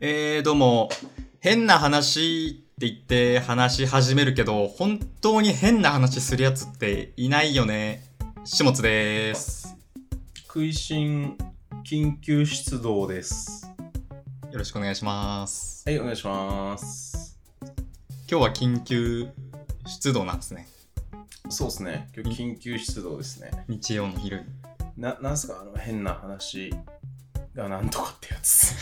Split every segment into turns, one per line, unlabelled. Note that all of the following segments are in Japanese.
えー、どうも、変な話って言って話し始めるけど、本当に変な話するやつっていないよね。しもつでーす。
食いしん緊急出動です。
よろしくお願いします。
はい、お願いします。
今日は緊急出動なんですね。
そうですね。今日緊急出動ですね。
日曜の昼に。
な、なんすかあの変な話がなんとかってやつ。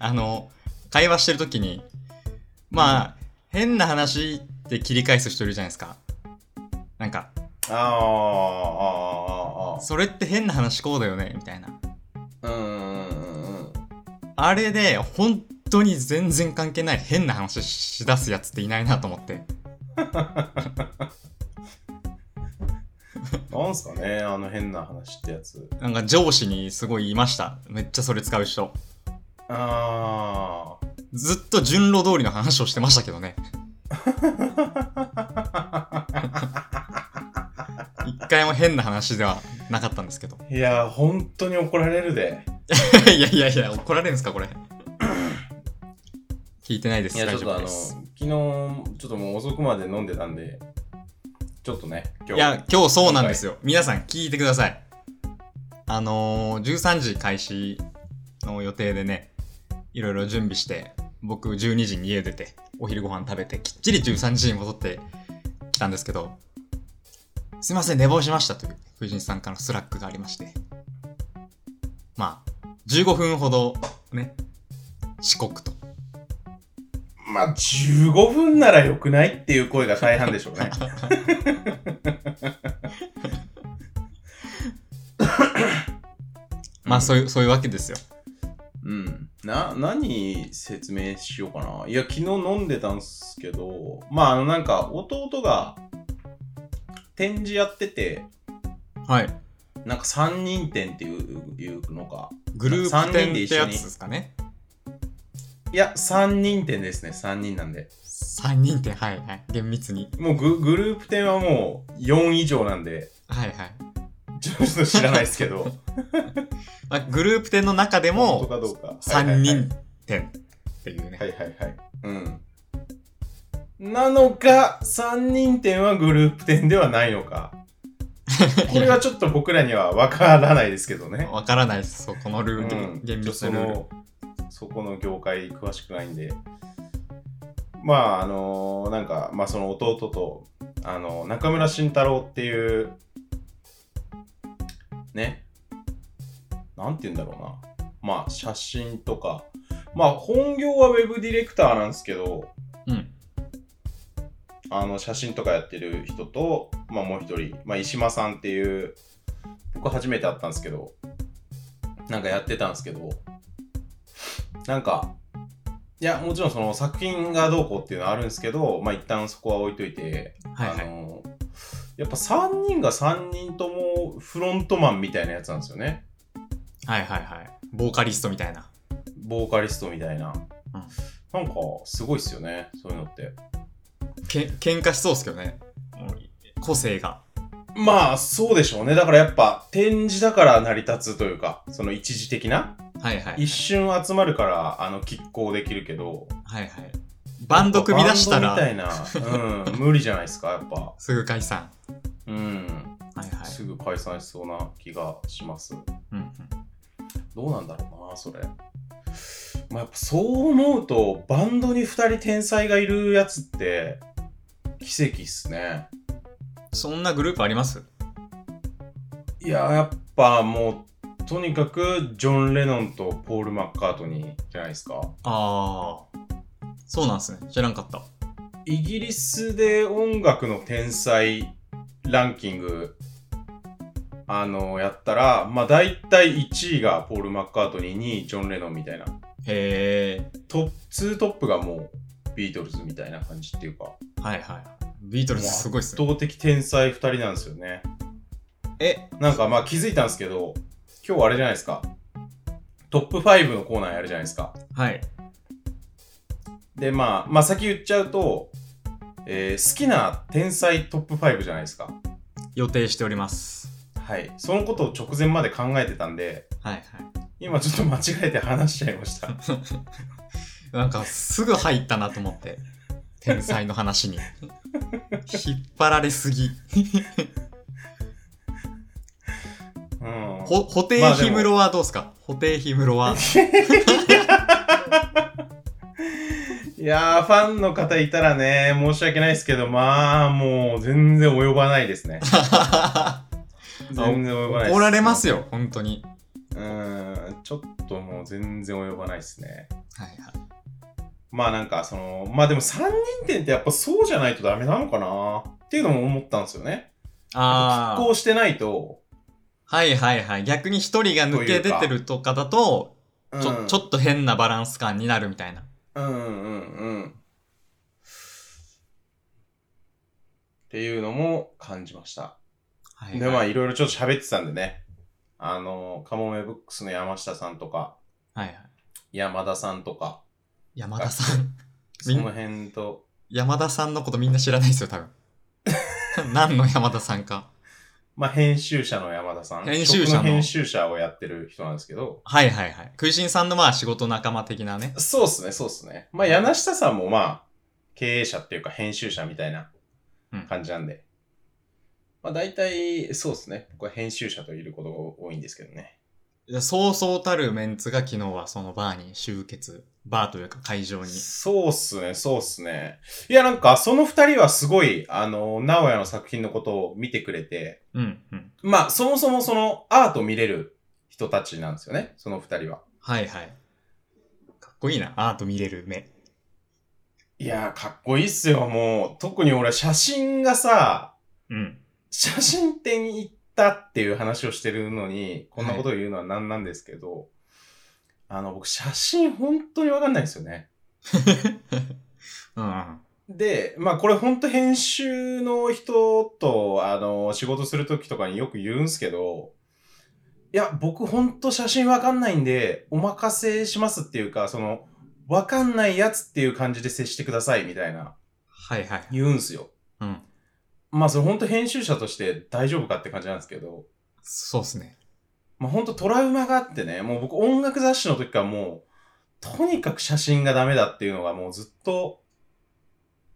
あの、会話してる時に、まあ、変な話って切り返す人いるじゃないですか。なんか、
あーあーあーあー
それって変な話こうだよね、みたいな。
あー。うんうんうんうん。
あれで本当に全然関係ない変な話しだすやつっていないなと思って
なんすかねあの変な話ってやつ。
なんか上司にすごいいましためっちゃそれ使う人
あ
ずっと順路通りの話をしてましたけどね一回も変な話ではなかったんですけど
あ。いやー、本当に怒られるで。
いやいやいや怒られるんですかこれ聞いてないです
いや、ちょ
大丈
っとあ
夫で
の、昨
す
日、ちょっともう遅くまで飲んでたんで、ちょっとね、今
い
日。
や、今日そうなんですよ。皆さん聞いてください。あのー、13時開始の予定でね、いろいろ準備して、僕12時に家出て、お昼ご飯食べて、きっちり13時に戻ってきたんですけど、すいません、寝坊しましたという藤井さんからのスラックがありまして、まあ、15分ほどね、遅刻と。
まあ、15分なら良くないっていう声が大半でしょ うね。
まあ、そういう、そういうわけですよ。
うん。な、何説明しようかな。いや、昨日飲んでたんすけど、まあ、あの、なんか、弟が展示やってて、
はい。
なんか3人展っていういうのか。
グループ
三
展
人
っ
で一緒に
てやつですかね。
いや、3人展ですね。3人なんで。
3人展、はいはい。厳密に。
もうググループ展はもう4以上なんで、
はいはい。
ちょっと知らないですけど。
まあ、グループ展の中で
本
も
当かどうか。
3人展っていうね、
はいはいはい。うん。なのか、3人点はグループ点ではないのか。これはちょっと僕らには分からないですけどね。
わからないですそうこの
う
ルール、
ん、
厳密
そ
なルール
のそこの業界詳しくないんで。まあ、あのなんか、まあ、その弟と、あの中村慎太郎っていう、ね、なんて言うんだろうな。まあ、写真とか、まあ、本業はウェブディレクターなんですけど、
うん
あの写真とかやってる人と、まあ、もう一人、まあ、石間さんっていう僕初めて会ったんですけどなんかやってたんですけどなんかいやもちろんその作品がどうこうっていうのはあるんですけどまあ一旦そこは置いといて、
はいは
あ
い
のやっぱ3人が3人ともフロントマンみたいなやつなんですよね。
はいはいはいボーカリストみたいな
ボーカリストみたいな。なんかすごいっすよねそういうのって。
け喧嘩しそうですけどねもう個性が
まあそうでしょうね。だからやっぱ展示だから成り立つというか、その一時的な、
はいはいはい
一瞬集まるからあの拮抗できるけど、
はいはいバンド組み出したら
バンドみたいな、うん、無理じゃないですか、やっぱ。
すぐ解散
うん、
はいはい、
すぐ解散しそうな気がします。
うんうん、
どうなんだろうな、それ。まあ、やっぱそう思うと、バンドに2人天才がいるやつって、奇跡っすね。
そんなグループあります
いや、やっぱもう、とにかく、ジョン・レノンとポール・マッカートニーじゃないですか。
ああそうなんですね知らんかった
イギリスで音楽の天才ランキング、あの、やったら、まあ、大体1位がポール・マッカートニー、2位、ジョン・レノンみたいな。
へ
トップ、2トップがもう、ビートルズみたいな感じっていうか、
えはいはいビートルズすごいっす
圧
ね
倒的天才2人なんですよね。
え
なんかまあ気づいたんですけど、今日あれじゃないですか。トップ5のコーナーやるじゃないですか。
はい
で、まあ、まあ先言っちゃうと、えー好きな天才トップ5じゃないですか。
予定しております
はい、そのことを直前まで考えてたんで、
はいはい
今ちょっと間違えて話しちゃい ました。
なんかすぐ入ったなと思って。天才の話 に。引っ張られすぎ。
うん。
ほ、補定
まあでも
氷室はどうですか補定氷室は。
いやー、ファンの方いたらね、申し訳ないですけど、まあ、もう全然及ばないですね。全然及ばないです
怒られますよ、本当に。
うーん、ちょっともう全然及ばないですね。
はいはい。
まあなんかその、まあでも3人点ってやっぱそうじゃないとダメなのかなっていうのも思ったんですよね。
あ
こ
あ。
うしてないと、
はいはいはい。逆に一人が抜け出てるとかだと、
うん、
ちょ、ちょっと変なバランス感になるみたいな。
うんうんうん。っていうのも感じました。
はいはい、
で、まあいろいろちょっと喋ってたんでね。あの、カモメブックスの山下さんとか、
はいはい。
山田さんとか、
山田さん。
そ
みん
の辺と、
山田さんのことみんな知らないですよ、多分。 何の山田さんか。
まあ編集者の山田さん。
編集者の
曲編集者をやってる人なんですけど、
はいはいはい。食いしんさんのまあ仕事仲間的なね。
そうっすね、そうっすね。まあ、柳下さんもまあ、経営者っていうか編集者みたいな
うん
感じなんで。まあ、大体、そうっすね。僕は編集者といることが多いんですけどね。
そうそうたるメンツが昨日はそのバーに集結。バーというか会場に。
そうっすね、そうっすね。いや、なんか、その二人はすごい、あの、名古屋の作品のことを見てくれて、
うんうん。
まあ、そもそもそのアート見れる人たちなんですよね、その二人は。
はいはい。かっこいいな。アート見れる目。
いやー、かっこいいっすよ、もう。特に俺、写真がさ、
うん。
写真展に行ったっていう話をしてるのに、こんなことを言うのはなんなんですけど、あの、僕、写真本当にわかんないんですよね。
うんうん。
で、まあこれ本当編集の人と、あの、仕事するときとかによく言うんすけど、いや、僕本当写真わかんないんで、お任せしますっていうか、その、わかんないやつっていう感じで接してくださいみたいな、
はいはい。
言うんすよ。
うん。
まあそれ本当編集者として大丈夫かって感じなんですけど、
そうっすね。
まあ、ほんとトラウマがあってね、もう僕音楽雑誌の時からもう、とにかく写真がダメだっていうのがもうずっと、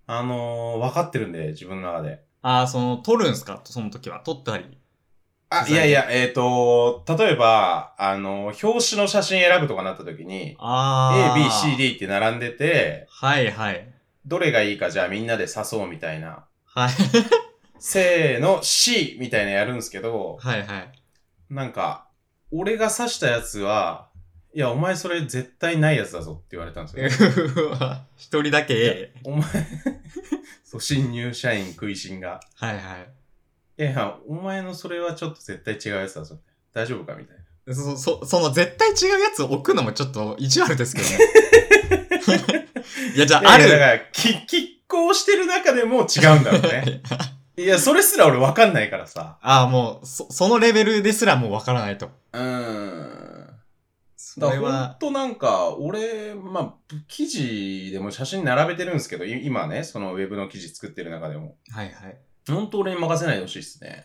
あのー、分かってるんで、自分の中で。
ああ、その、撮るんすかその時は。撮ったり。
あ、いやいや、えっ、と、例えば、あのー、表紙の写真選ぶとかなった時に、A
あ、あ。
B、C、。D って並んでて、
はいはい。
どれがいいかじゃあみんなで指そうみたいな。
はい。
せーの、C! みたいなやるんですけど、
はい はい。
なんか、俺が指したやつは、いや、お前それ絶対ないやつだぞって言われたんですよ。
うわ一人だけ A。
お前そう、新入社員食いしんが。
はいはい。
いやいや、お前のそれはちょっと絶対違うやつだぞ。大丈夫かみたいな。
そ、そ、その絶対違うやつを置くのもちょっと意地悪ですけどね。 いや、じゃあ、あ
いやいや
る。
だから、き、拮抗してる中でも違うんだろうね。いや、それすら俺わかんないからさ。
ああ、もう、そ、そのレベルですらもうわからないと。
うーん。
そ
だ
れ
からほん
は、
となんか、俺、まあ、記事でも写真並べてるんですけど、い今ね、そのウェブの記事作ってる中でも。
はいはい。
ほんと俺に任せないでほしいっすね。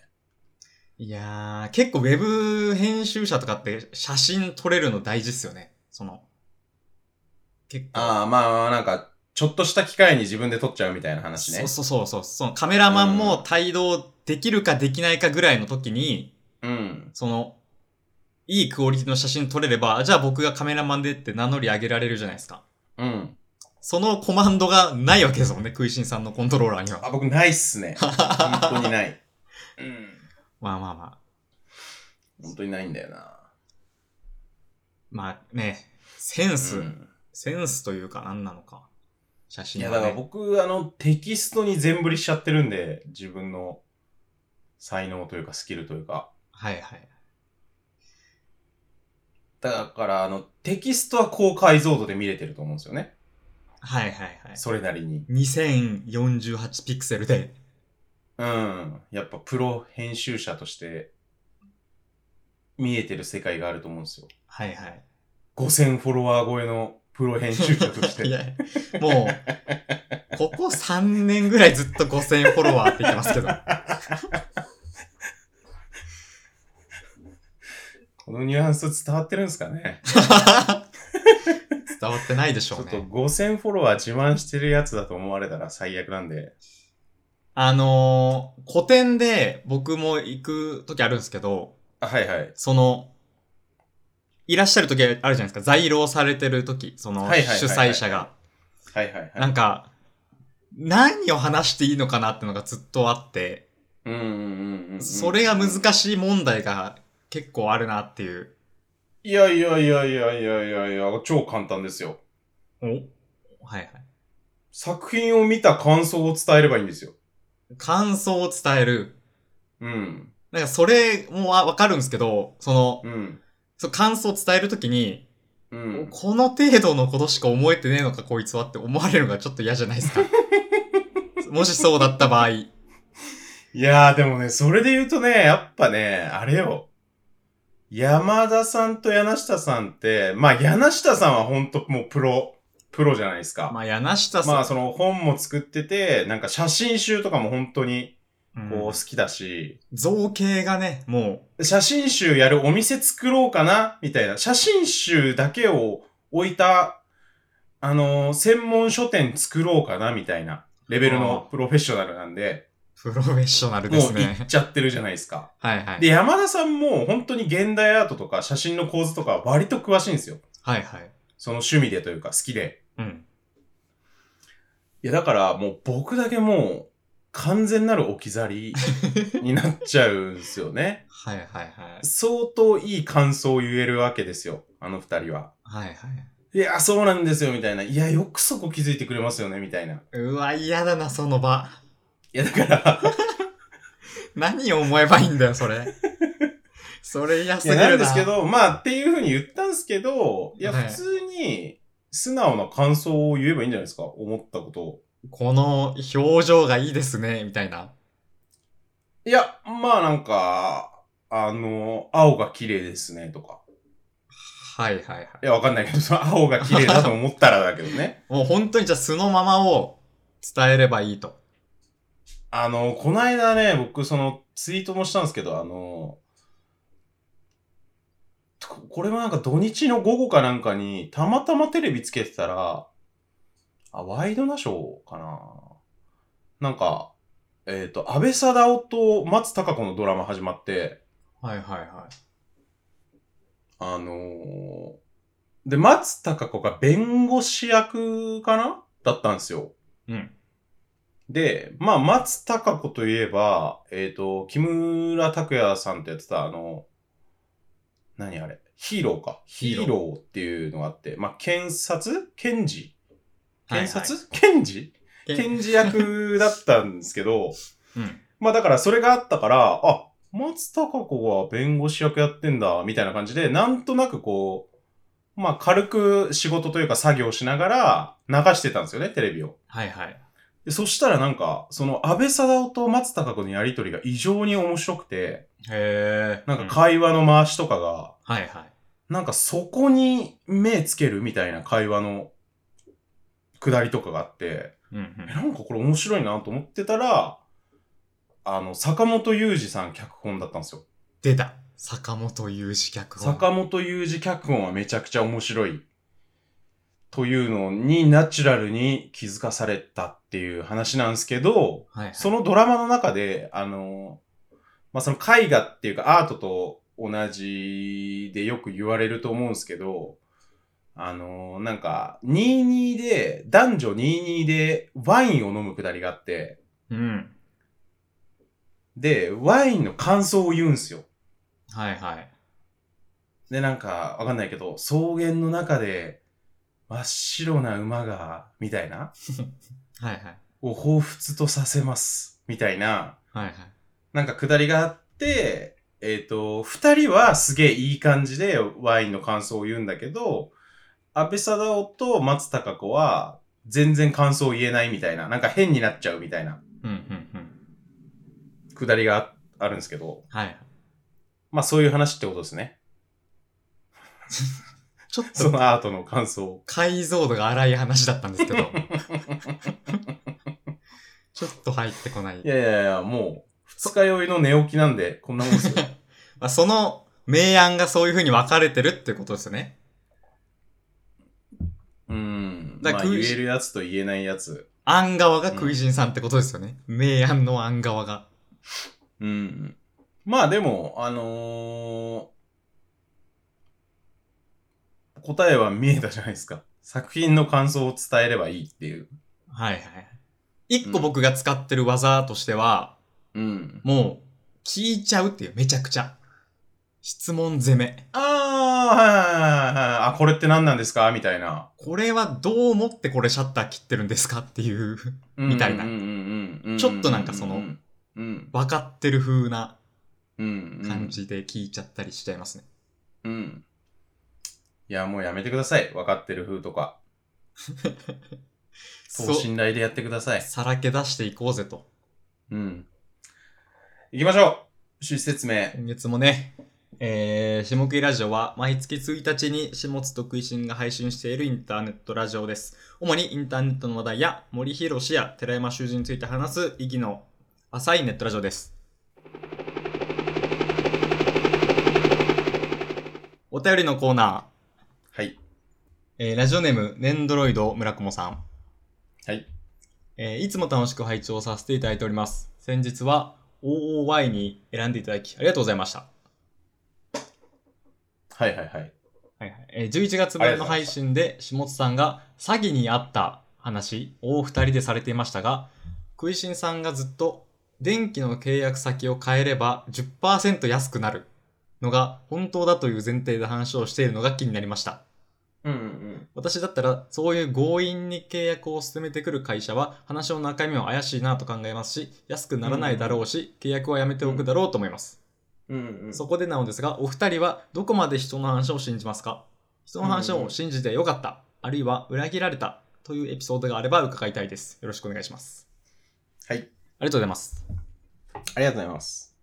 いやー、結構ウェブ編集者とかって写真撮れるの大事っすよね。その、結構。
ああ、まあまあ、なんか、ちょっとした機会に自分で撮っちゃうみたいな話ね。
そうそうそうそう。そのカメラマンも帯同できるかできないかぐらいの時に、
うん。
その、いいクオリティの写真撮れれば、あじゃあ僕がカメラマンでって名乗り上げられるじゃないですか。
うん。
そのコマンドがないわけですもんね、食いしんさんのコントローラーには。
あ、僕ないっす ね。本当にない。うん。
まあまあまあ。
本当にないんだよな。
まあね、センス、
うん
センスというか何なのか。写
い
真
や、
は、ね。
だから僕、あの、テキストに全振りしちゃってるんで、自分の才能というか、スキルというか。
はいはい。
だから、あの、テキストは高解像度で見れてると思うんですよね。
はいはいはい。
それなりに。
2048ピクセルで。
うん。やっぱ、プロ編集者として、見えてる世界があると思うんですよ。
はいはい。
5000フォロワー超えのプロ編集者とし て。
いや、もう、ここ3年ぐらいずっと5000フォロワーって言ってますけど。
このニュアンス伝わってるんですかね
伝わってないでし
ち
ょ
ょ
う
っと
ね。
5000フォロワー自慢してるやつだと思われたら最悪なんで。
あのー、古典で僕も行く時あるんですけど、
あはいはい。
その、いらっしゃる時あるじゃないですか。在労されてる時、その
はいはいはいはい
主催者が。
はいはいは。
ないんか、何を話していいのかなってのがずっとあって、
うんうんうんうんうん。
それが難しい問題が結構あるなっていう。
い。いやいやいやいやいやいやいや、超簡単ですよ。
おはいはい。
作品を見た感想を伝えればいいんですよ。
感想を伝える。
うん。
なんかそれもわわかるんですけど、その、
うん。
その感想を伝えるときに、
うん。
この程度のことしか思えてねえのかこいつはって思われるのがちょっと嫌じゃないですか。もしそうだった場合。
いやーでもね、それで言うとね、やっぱね、あれよ。山田さんと柳下さんって、まあ柳下さんはほんともうプロ、プロじゃないですか。
まあ、柳下さん。
まあその本も作ってて、なんか写真集とかも本当に
うん
こう好きだし、
造形がね、も
写真集やるお店作ろうかなみたいな、写真集だけを置いた、あのー専門書店作ろうかなみたいなレベルの
あー
プロフェッショナルなんで、
う、プロフェッショナルで
も
す
う行っ
ね。
ちゃってるじゃないですか。
はいはい。
で、山田さんも本当に現代アートとか写真の構図とか割と詳しいんですよ。
はいはい。
その趣味でというか好きで。
うん。
いや、だからもう僕だけもう完全なる置き去りになっちゃうんですよね。
はいはい はい。
相当いい感想を言えるわけですよ。あの二人は。
はいはい。
いや、そうなんですよ、みたいな。いや、よくそこ気づいてくれますよね、みたいな。いう
わ、嫌だな、その場。
や、だから、
何を思えばいいんだよ、そ れ。それ嫌
い
すぎ
や、
るな。
なんですけど、まあ、っていうふうに言ったんですけど、いや、
はい
普通に素直な感想を言えばいいんじゃないですか。思ったことを。
この表情がいいですね、みたいな。
いや、まあなんか、あの、青が綺麗ですね、とか。
はいはいはい。
いや、わかんないけど、その青が綺麗だと思ったらだけど ね。
もう本当にじゃあ素のままを伝えればいいと。
あの、こないだね、僕、その、ツイートもしたんですけど、あの、ここれはなんか土日の午後かなんかに、たまたまテレビつけてたら、あ、ワイドナショーかななんか、えっ、と、安倍貞夫と松たか子のドラマ始まって、
はいはいはい。
あのー、で、松たか子が弁護士役かなだったんですよ。
うん。
で、まあ、松たか子といえば、えっ、と、木村拓哉さんとやってた、あの、何あれヒーローか。
ヒ
ヒ
ーロー
ーローっていうのがあって、まあ、検察検事検察、
は
検事
いはい
検事役だったんですけど、
うん。
まあだからそれがあったから、あ、松たか子が弁護士役やってんだ、みたいな感じで、なんとなくこう、まあ軽く仕事というか作業しながら流してたんですよね、テレビを。
はいはい。
でそしたらなんか、その安倍貞夫と松たか子のやりとりが異常に面白くて、
へえ。
なんか
うん
会話の回しとかが、
はいはい。
なんかそこに目つけるみたいな会話の下りとかがあって、
うんう
え
ん。
なんかこれ面白いなと思ってたら、あの、坂本雄二さん脚本だったんですよ。
出た。坂本雄二脚本。
坂本雄二脚本はめちゃくちゃ面白い。というのにナチュラルに気づかされたっていう話なんですけど、
はいはい。
そのドラマの中で、あの、まあ、その絵画っていうかアートと同じでよく言われると思うんですけど、あの、なんか、22で、男女22でワインを飲むくだりがあって、
うん。
で、ワインの感想を言うんすよ。
はいはい。
で、なんか、わかんないけど、草原の中で、真っ白な馬が、みたいな、
はいはい。
を彷彿とさせます、みたいな、
はいはい。
なんか下りがあって、えっ、と、二人はすげえいい感じでワインの感想を言うんだけど、安倍貞夫と松たか子は、全然感想を言えないみたいな、なんか変になっちゃうみたいな、
うんうんうん。
下りがああるんですけど、
はいはい。
まあそういう話ってことですね。
ちょっ
そ
と
のアートの感想を。
解像度が荒い話だったんです けど。ちょっと入ってこない。
いやいやいや、もう、二日酔いの寝起きなんで、こんなもんですよ。
まあ、その明暗がそういう風に分かれてるってことですよね。
うん。
だ
だ
か
からら、
空
言
気
えるやつと言えないやつ。
暗側が食いしんさんってことですよね。明暗の暗側が。
うん。まあでも、あのー答えは見えたじゃないですか。作品の感想を伝えればいいっていう。
はいはい。一個僕が使ってる技としては、
うん。
もう、聞いちゃうっていう、めちゃくちゃ。質問攻め。
ああ、はいはいはいはい。あ、これって何なんですかみたいな。
これはどう思ってこれシャッター切ってるんですかっていう、みたいな
うんうんうんうんうん。
ちょっとなんかその
うん。うん。
分かってる風な
うんうん
感。じで聞いちゃったりしちゃいますね。
うん。いや、もうやめてください。分かってる風とか。そう
そう、
信頼でやってください。
さらけ出していこうぜと。
うん。行きましょう趣旨説明。
今月もね、えー、下食いラジオは毎月1日に下津徳井新が配信しているインターネットラジオです。主にインターネットの話題や森博氏や寺山修司について話す意義の浅いネットラジオです。お便りのコーナ
はい。
ー、えー、ラジオネーム、ネンドロイド村雲さん。
はい。
えーいつも楽しく拝聴させていただいております。先日は OOY に選んでいただきありがとうございました。
はいはいはい。
はいはいえー11月分の配信で下津さんが詐欺に遭った話を2人でされていましたが、食いしんさんがずっと電気の契約先を変えれば10%安くなるのが本当だという前提で話をしているのが気になりました。
うんうん
私だったらそういう強引に契約を進めてくる会社は話の中身も怪しいなと考えますし安くならないだろうし、契約はやめておくだろうと思います、
うん。うんうん。
そこでなのですがお二人はどこまで人の話を信じますか人の話を信じてよかった、あるいは裏切られたというエピソードがあれば伺いたいですよろしくお願いします
はい。
ありがとうございます
ありがとうございます。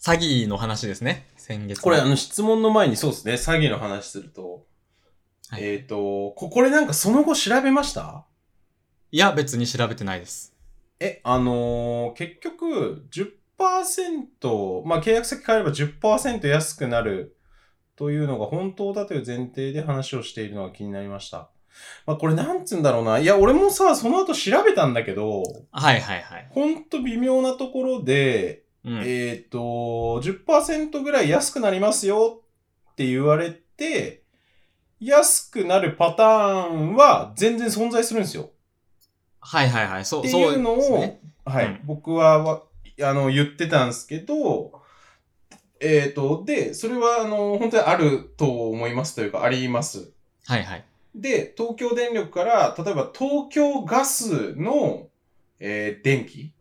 詐欺の話ですね先月の
これ、あの、質問の前にそうですね、詐欺の話すると。
はい
えっ、とこ、これなんかその後調べました
いや別に調べてないです
え、あのー結局、10%、まあ、契約先変えれば10%安くなるというのが本当だという前提で話をしているのが気になりました。まあ、これなんつうんだろうな。いや、俺もさ、その後調べたんだけど、
はいはいはい、
ほんと微妙なところで、
うん、
えっ、ー、と、10%ぐらい安くなりますよって言われて、安くなるパターンは全然存在するんですよ。
はいはいはいそ
っ
う
て
そ
いううの
です
を、
ね
はい、
うん
僕はわあの言ってたんですけど、えっ、ー、と、で、それはあの本当にあると思いますというか、あります。
はいはい
で、東京電力から、例えば東京ガスの、えー電気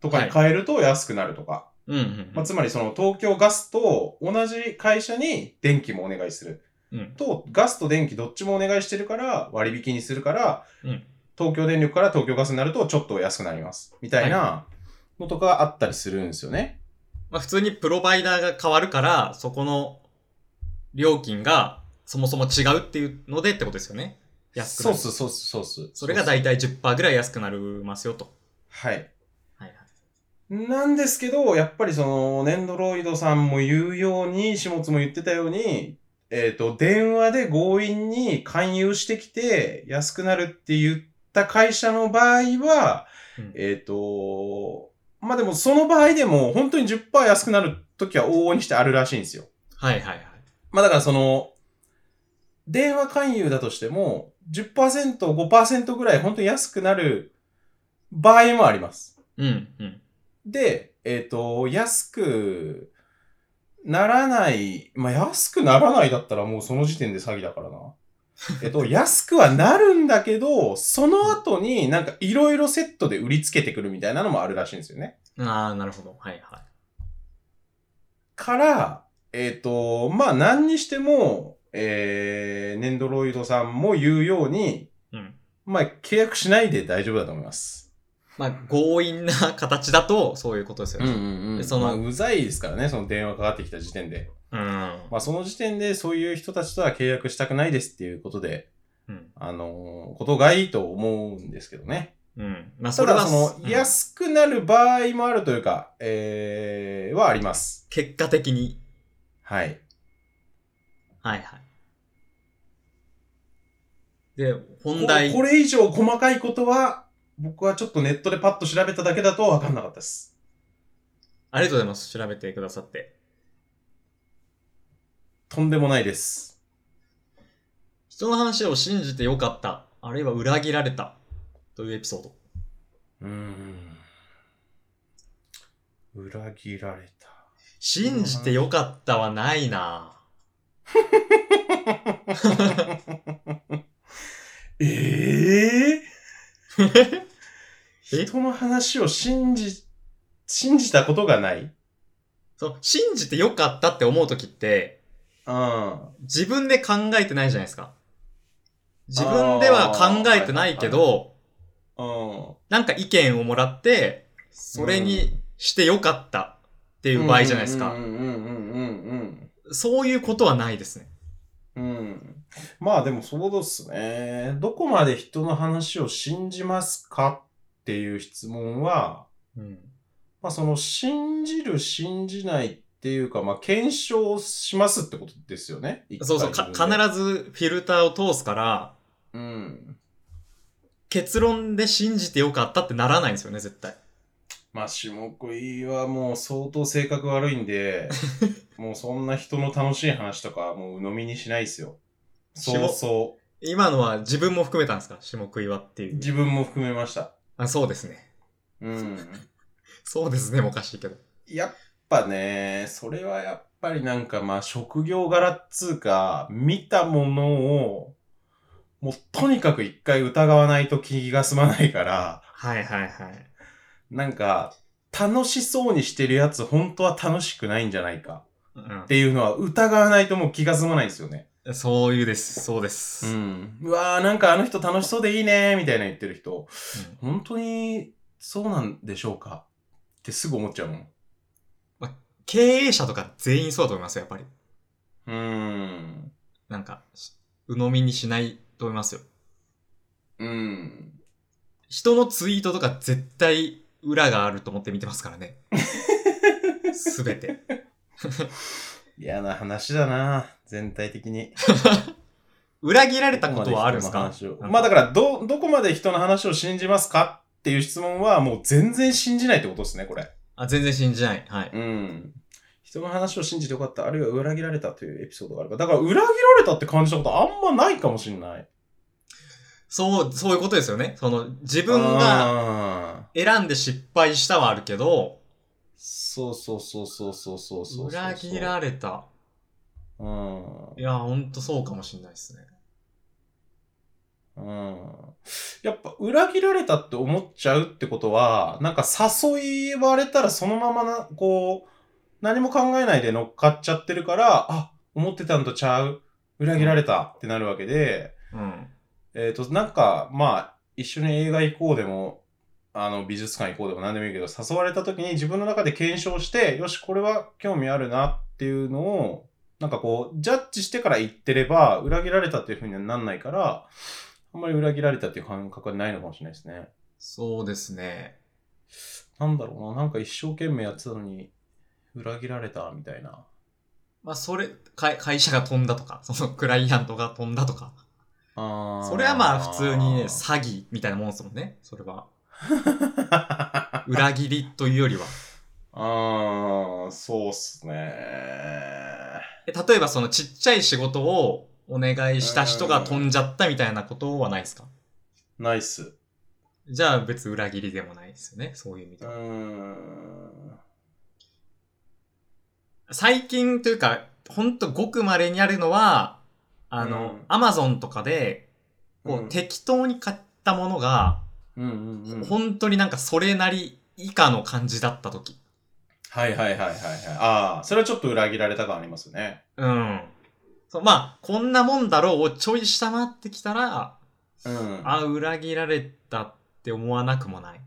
とかに変えると安くなるとか、
うんうん、う
まあ、
ん
つまりその東京ガスと同じ会社に電気もお願いする。
うん
と、ガスと電気どっちもお願いしてるから割引にするから、
うん
東京電力から東京ガスになるとちょっと安くなります。みたいなのとかあったりするんですよね。
まあ、普通にプロバイダーが変わるから、そこの料金がそもそも違うっていうのでってことですよね。安くな
そう
る。
そうそうそうそう。
それが大体10%ぐらい安くなりますよと。
はい。
はいはい。
なんですけど、やっぱりその、ネンドロイドさんも言うように、下津も言ってたように、えっ、と、電話で強引に勧誘してきて、安くなるって言った会社の場合は、
うん
えっ、と、まあ、でもその場合でも、本当に10%安くなる時は往々にしてあるらしいんですよ。
はいはいはい。
まあ、だからその、電話勧誘だとしても、10%、5%ぐらい本当に安くなる場合もあります。
うん、うん。
で、えっ、と、安くならない、まあ、安くならないだったらもうその時点で詐欺だから な。えっと、安くはなるんだけど、その後になんかいろいろセットで売りつけてくるみたいなのもあるらしいんですよね。
ああ、なるほど。はいはい。
から、えっ、と、まあ、何にしても、えー、ネンドロイドさんも言うように、
うん。
まあ、契約しないで大丈夫だと思います。
まあ、強引な形だと、そういうことですよ
うんう
ね。
んう
で
ん。
そ
そ
の
の、うざいですからね、その電話かかってきた時点で。
うん。
まあ、その時点でそういう人たちとは契約したくないですっていうことで、
うん。
あのーことがいいと思うんですけどね。
うん。まあ、
ただ、そ
うん
の、安くなる場合もあるというか、えー、はあります。
結果的に。
はい。
はいはい。で、本題。
ここれ以上細かいことは、僕はちょっとネットでパッと調べただけだと分かんなかったです。
ありがとうございます。調べてくださって。
とんでもないです。
人の話を信じてよかった、あるいは裏切られた、というエピソード。
うーん。裏切られた。
信じてよかったはないな
え
え
え人の話を信じ、信じたことがないうん。
そう、信じてよかったって思うときって、
あ
自分で考えてないじゃないですか。自分では考えてないけ
あー
ど、
あ。
なんか意見をもらって、それにしてよかったっていう場合じゃないですか
うん。うんうんうん
そういうことはないですね。
うんうん。うん。まあでもそうですね。どこまで人の話を信じますかっていう質問は、
うん。
まあその信じる信じないっていうか、まあ検証しますってことですよね。一回
そうそう、か
自分で
必ずフィルターを通すから、
うん。
結論で信じてよかったってならないんですよね、絶対。
まあ、下食いはもう相当性格悪いんで、もうそんな人の楽しい話とかもう鵜呑みにしないですよ。そうそ
今のは自分も含めたんですか下食いはって
う。
いう。
自分も含めました。
あ、そうですね。
うん。
そうですね、もおかしいけど。
やっぱね、それはやっぱりなんかまあ職業柄っつうか、見たものを、もうとにかく一回疑わないと気が済まないから、
はいはいはい。
なんか楽しそうにしてるやつ本当は楽しくないんじゃないかっていうのは疑わないともう気が済まないんですよね。
うん。そういうです、そうで
う
す。
ん。うわーなんかあの人楽しそうでいいねーみたいな言ってる人、本当にそうなんでしょうかってすぐ思っちゃうもん。
経営者とか全員そうだと思いますよ、やっぱり。
うーん。
なんか、し鵜呑みにしないと思いますよ。
うん。
人のツイートとか絶対裏があると思って見てますからね。すべて。
嫌な話だな全体的に。
裏切られたことはあるんですか
どこまで人の話をまあだから、ど、どこまで人の話を信じますかっていう質問はもう全然信じないってことですね、これ。
あ、全然信じない。はい。
うん。人の話を信じてよかった、あるいは裏切られたというエピソードがあれば。だから裏切られたって感じたことあんまないかもしんない。
そう、そういうことですよね。その、自
自
分が
が、
選んで失敗したはあるけど、
そうそうそうそうそうそうそうそう。
裏切られた。
うん。
いや、ほんとそうかもしんないですね。
うん。やっぱ裏切られたって思っちゃうってことは、なんか誘いわれたらそのままな、こう、何も考えないで乗っかっちゃってるから、あ、思ってたんとちゃう。裏切られたってなるわけで、
うん。
えっ、と、なんか、まあ、一緒に映画行こうでも、あの、美術館行こうでも何でもいいけど、誘われた時に自分の中で検証して、よし、これは興味あるなっていうのを、なんかこう、ジャッジしてから言ってれば、裏切られたっていうふうにはなんないから、あんまり裏切られたっていう感覚はないのかもしれないですね。
そうですね。
なんだろうな、なんか一生懸命やってたのに、裏切られたみたいな。
まあ、それ、会会社が飛んだとか、そのクライアントが飛んだとか。
あー
それはまあ普通にね、 詐欺みたいなもんですもんね。それは。裏切りというよりは。
あー、そうっすね。
え例えばそのちっちゃい仕事をお願いした人が飛んじゃったみたいなことはないですか
ナイス。
じゃあ別に裏切りでもないですよね。そういう意味
う
では。
ーん。
最近というか、ほんとごく稀にあるのは、あ
う
の
ん、
アマゾンとかで、こう、
うん
適当に買ったものが、
うんうんうん。
本当になんかそれなり以下の感じだった時。
はいはいはいはいはい。ああ、それはちょっと裏切られた感ありますね。
うん。そうまあ、こんなもんだろうをちょい下回ってきたら、
うん。
あ、裏切られたって思わなくもない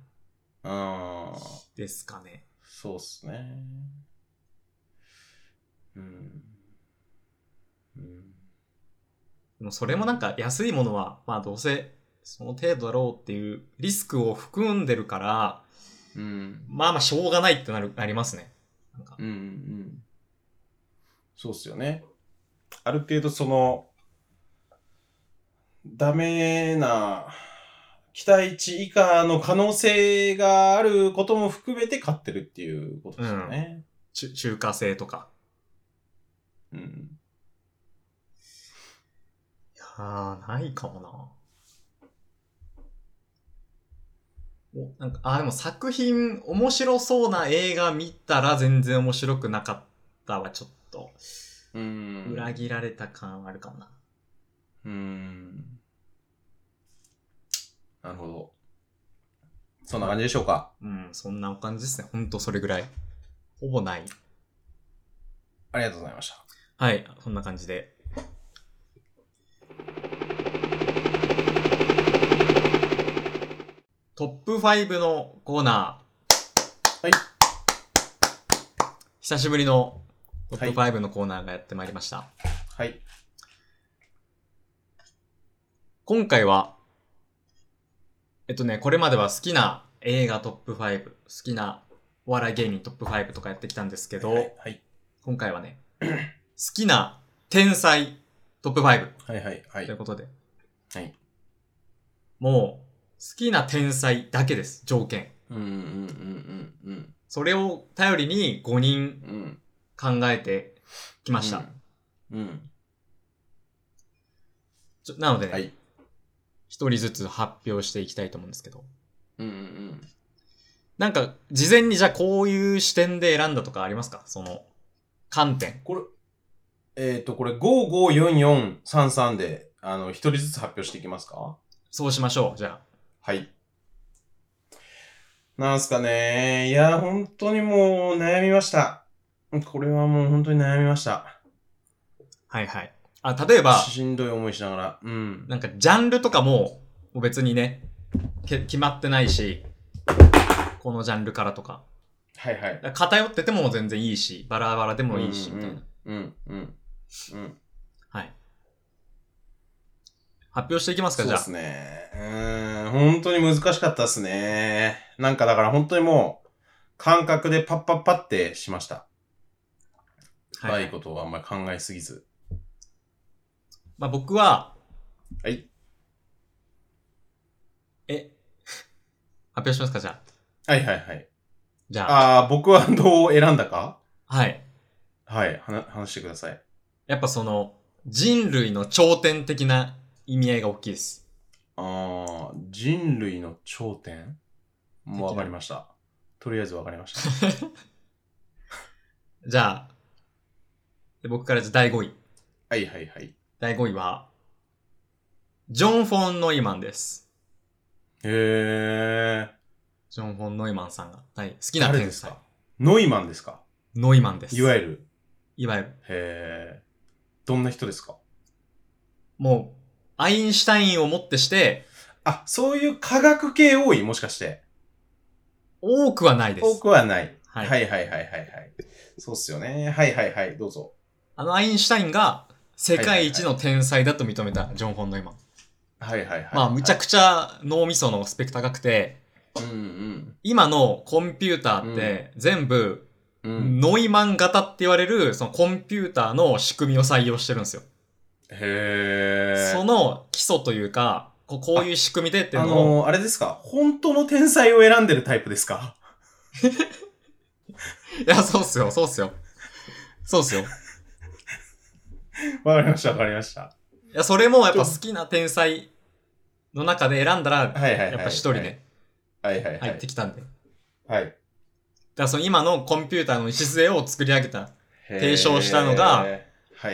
うん。
ですかね。
そうっすね。うん。うん。
でもそれもなんか安いものは、まあどうせその程度だろうっていうリスクを含んでるから、
うん。
まあまあしょうがないってなる、なりますね。なんか
うん。うん。そうっすよね。ある程度その、ダメな期待値以下の可能性があることも含めて勝ってるっていうことですよね。
中中華製とか。
うん。
いやー、ないかもな。おなんかあ、でも作品、面白そうな映画見たら全然面白くなかったはちょっと、
うん。
裏切られた感はあるかもな。
うん。なるほど。そんな感じでしょうか。
うん、そんな感じですね。ほんとそれぐらい。ほぼない。
ありがとうございました。
はい、そんな感じで。トップ5のコーナー。
はい。
久しぶりのト
は
ッ
い
プ5のコーナーがやってまいりました。
はい。
今回は、えっとね、これまでは好きな映画トップ5、好きなお笑い芸人トップ5とかやってきたんですけど、
はいはい。
今回はね、好きな天才トップ5。
はいはいはい
という。ことで。
はい。
もう、好きな天才だけです、条件。
うんうんうんうん
それを頼りに5人
うん。うん。
考えてきました。
うん。うん。
ちょなのでね、
はい。
一人ずつ発表していきたいと思うんですけど。
うんうんうん。
なんか、事前にじゃあこういう視点で選んだとかありますかその、観点。
これ、えっ、と、これ、554433で、あの、一人ずつ発表していきますか
そうしましょう、じゃあ。
はい。なんすかねいや、本当にもう悩みました。これはもう本当に悩みました。
はいはい。あ、例えば、
しんどい思いしながら。うん。
なんかジャンルとかも、もう別にね、け決まってないし、このジャンルからとか。
はいはい。
だから偏ってても全然いいし、バラバラでもいいし、
うん
みた
う
いな。
んうん。うん。うん。
はい。発表していきますか、
そ
じ
うで
ゃあ。
すね。うーん、本当に難しかったですね。なんかだから本当にもう、感覚でパッパッパってしました。
はい
ないことをあんまり考えすぎず。
まあ、僕は、
はい。
え、 発表しますか、じゃあ。
はいはいはい。
じゃあ、
ああ、僕はどう選んだか
はい。
はい、は話してください。
やっぱその、人類の頂点的な意味合いが大きいです。
ああ、人類の頂点もうわかりました。とりあえずわかりました。
じゃあ、で僕からじゃあ第5位。
はいはいはい。
第5位は、ジョン・フォン・ノイマンです。
へえ。
ジョン・フォン・ノイマンさんが、はい、好きな
誰
天
です
才
か。ノイマンですか
ノイマンです。
いわゆ
る。
る。
いわゆる。
へえ。どんな人ですか
もう、アインシュタインをもってして、
あ、そういう科学系多いもしかして。
多くはないです。
多くはない。
は
はいい、はいはいはいはい。そうっすよね。はいはいはい。どうぞ。
あのアインシュタインが世界一の天才だと認めたジョン・フォン・ノイマン。
はいはいはい。
まあ、むちゃくちゃ脳みそのスペック高くて、
はい。うん
今のコンピューターって全部
うん。うん。
ノイマン型って言われるそのコンピューターの仕組みを採用してるんですよ。
へえ。
その基礎というか、こうこういう仕組みでっていう
あ
のを、
のー、あれですか本当の天才を選んでるタイプですか
いや、そうっすよ、そうっすよ。そうっすよ。
わかりました、わかりました。
いや、それもやっぱ好きな天才の中で選んだら、
はいはいはい。
やっぱ一人ね、
はいはいは
入っ
い
て。きたんで。だ
はい。
からその今のコンピューターの礎を作り上げた
へー
提唱したのが
はい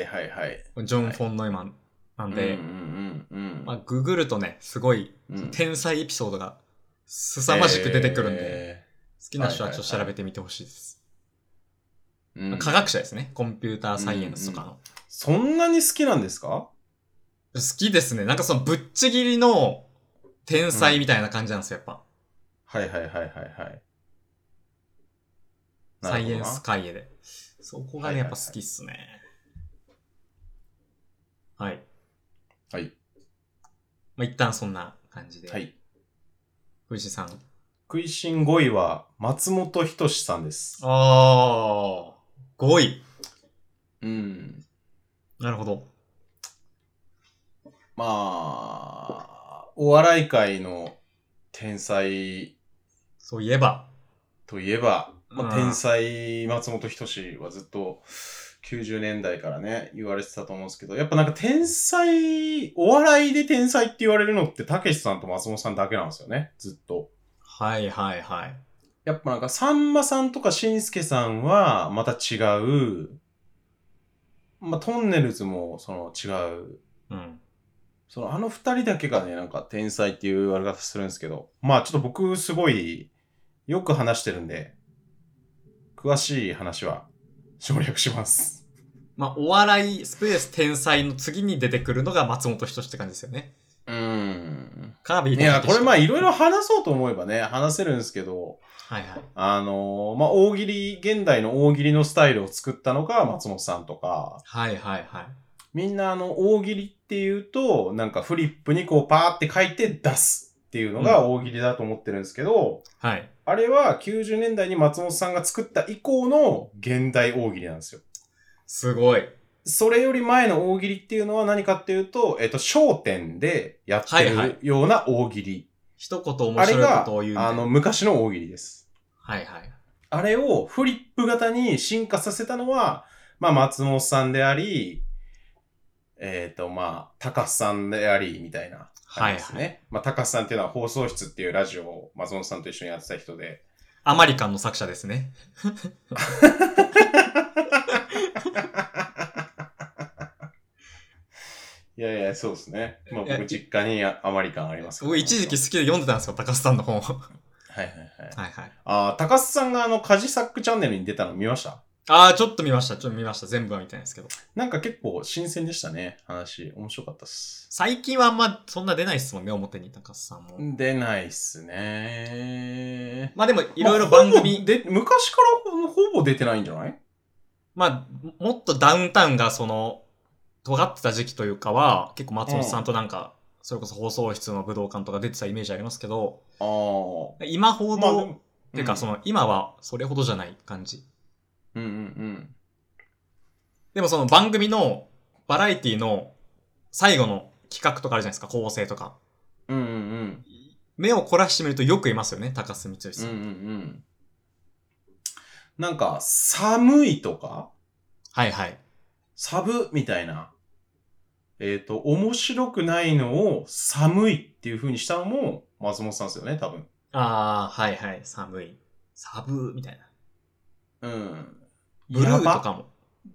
はいはい。
ジョン・フォン・ノイマンなんで、
うんうんうんうん。
まあ、ググるとね、すごい
うん
天才エピソードが凄まじく出てくるんで、
へ
好きな人はちょっと
はいはい
調
はい
べてみてほしいです。
ーうん
科学者ですね、コンピューターサイエンスとかの。
そんなに好きなんですか
好きですね。なんかそのぶっちぎりの天才みたいな感じなんですよ、やっぱ。
はいはいはいはいはい。
サイエン
なるほどな
ス界へで。そこがね、やっぱ好きっすね。はい。
はい。
まあ、一旦そんな感じで。
はい。
藤井さん。
食いしん5位は松本人志さんです。
あー、5位。
うん。
なるほど。
まあ、お笑い界の天才
そういえば、
といえば、ま
う
あ、
ん
天才松本人志はずっと90年代からね、言われてたと思うんですけど、やっぱなんか天才、お笑いで天才って言われるのって、たけしさんと松本さんだけなんですよね、ずっと。
はいはいはい。
やっぱなんか、さんまさんとかしんすけさんは、また違う、まあ、トンネルズもその違う
うん。
そのあの二人だけがね、なんか天才っていう言われ方するんですけど、まあちょっと僕すごいよく話してるんで、詳しい話は省略します。
まあ、お笑いスペース天才の次に出てくるのが松本人志って感じですよね。
うーん。
カービィ
い
と
や、
た
こ
けし
れまあいろいろ話そうと思えばね、話せるんですけど、
はいはい。
あのーまあ大喜利、現代の大喜利のスタイルを作ったのが松本さんとか、
はいはいはい。
みんなあの大喜利っていうと、なんかフリップにこうパーって書いて出すっていうのが大喜利だと思ってるんですけど、
はい。
あれは90年代に松本さんが作った以降の現代大喜利なんですよ。
すごい。
それより前の大喜利っていうのは何かっていうと、えっと、商店でやって
はいはい
るような大喜利。
一言面白いことを言うみた
あ
い
の、
な。
昔の大喜利です。
はいはい。
あれをフリップ型に進化させたのは、まあ、松本さんであり、えっ、と、まあ、高須さんであり、みたいな感じですね。
は
まあ、高須さんっていうのは放送室っていうラジオを松本さんと一緒にやってた人で、
アマリカンの作者ですね。
いやいや、そうですね。まあ
いや
僕、実家にああまり感ありますけど
僕一時期好きで読んでたんですよ、高須さんの本を。は
はいはいはい。
いはい。
ああ、高須さんがあの、カジサックチャンネルに出たの見ました
あー、ちょっと見ました、ちょっと見ました。全部は見てないですけど。
なんか結構新鮮でしたね、話。面白かったっす。
最近はあんまそんな出ないっすもんね、表に高須さんも。
出ないっすね。
まあでも、いろいろ番組、
で、昔からほほぼ出てないんじゃない
まあ、もっとダウンタウンがその、尖ってた時期というかは、結構松本さんとなんか、それこそ放送室の武道館とか出てたイメージありますけど、
ああ。
今ほど、
まあで
っ
も、
ていうかそ
の、
の、今はそれほどじゃない感じ。
うんうんうん。
でもその番組の、バラエティの最後の企画とかあるじゃないですか、構成とか。
うんうんうん。
目を凝らしてみるとよくいますよね、高須光義
うん
さ
うん
ん。
うん。なんか、寒いとか
はいはい。
サブみたいな、えっ、と、面白くないのを寒いっていう風にしたのも松本さんですよね、多分。
あー、はいはい、寒い。サブみたいな。
うん。
ブルー
や
と
ば
かも。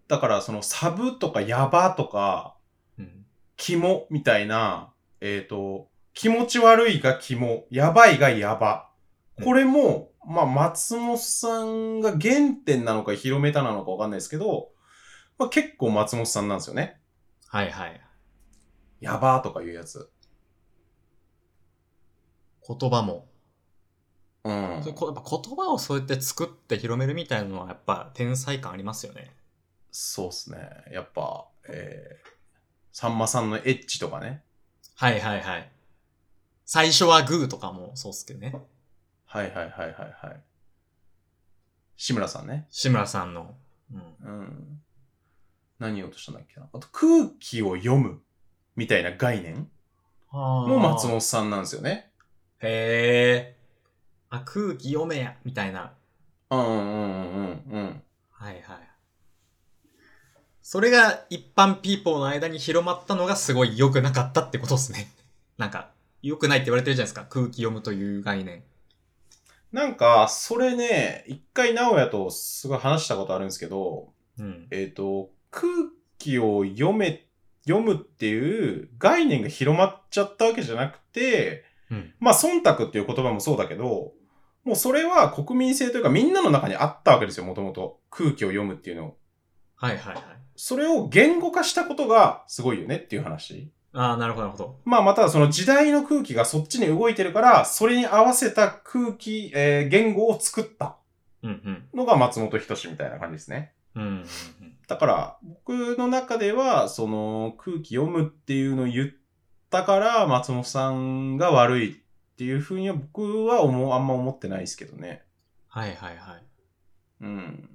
だから、そのサブとかやばとか、
うん。
肝みたいな、えっ、と、気持ち悪いが肝、やばいがやば。これも、まあ、松本さんが原点なのか広めたなのかわかんないですけど、まあ、結構松本さんなんですよね。
はいはい。
やばとかいうやつ。
言葉も。
うん
それこやっぱ言葉をそうやって作って広めるみたいなのはやっぱ天才感ありますよね。
そうっすね。やっぱ、えー、さんまさんのエッチとかね。
はいはいはい。最初はグーとかもそうっすけどね。
はいはいはいはいはい。志村さんね。
志村さんの。うん。
うん。何言おうとしたんだっけな。あと、空気を読むみたいな概念も
も
松本さんなんですよね。
へえ。あ、空気読めや、みたいな。
うんうんうんうんうん。
はいはい。それが一般ピーポーの間に広まったのがすごい良くなかったってことですね。 なんか、良くないって言われてるじゃないですか。空気読むという概念。
なんか、それね、一回直哉とすごい話したことあるんですけど、
うん。
えっ、と、空気を読め、読むっていう概念が広まっちゃったわけじゃなくて、
うん。
まあ、忖度っていう言葉もそうだけど、もうそれは国民性というかみんなの中にあったわけですよ、もともと。空気を読むっていうのを。
はいはいはい。
それを言語化したことがすごいよねっていう話。
ああ、なるほどなるほど。
まあ、またその時代の空気がそっちに動いてるから、それに合わせた空気、えー言語を作った
うんうん。
のが松本人志みたいな感じですね。
うんうんうん。
だから、僕の中では、その、空気読むっていうのを言ったから、松本さんが悪いっていうふうには僕は思う、あんま思ってないですけどね。
はいはいはい。
うん。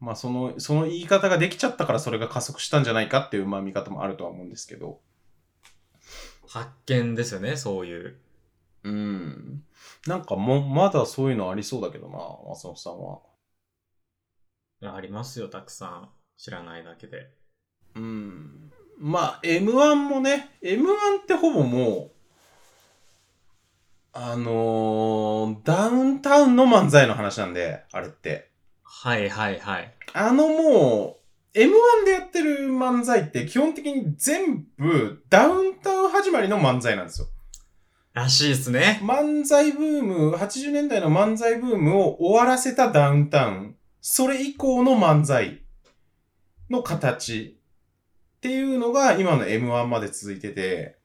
まあその、その言い方ができちゃったからそれが加速したんじゃないかっていうまあ見方もあるとは思うんですけど。
発見ですよね、そういう。
うん。なんかもう、まだそういうのありそうだけどな、松本さんは。
いや、ありますよ、たくさん。知らないだけで。
うん。まあ M1 もね、M1 ってほぼもう、あのーダウンタウンの漫才の話なんで、あれって。
はいはいはい。
あのもう、M1 でやってる漫才って基本的に全部ダウンタウン始まりの漫才なんですよ。
らしいですね。
漫才ブーム、80年代の漫才ブームを終わらせたダウンタウン、それ以降の漫才の形っていうのが今の M1 まで続いてて、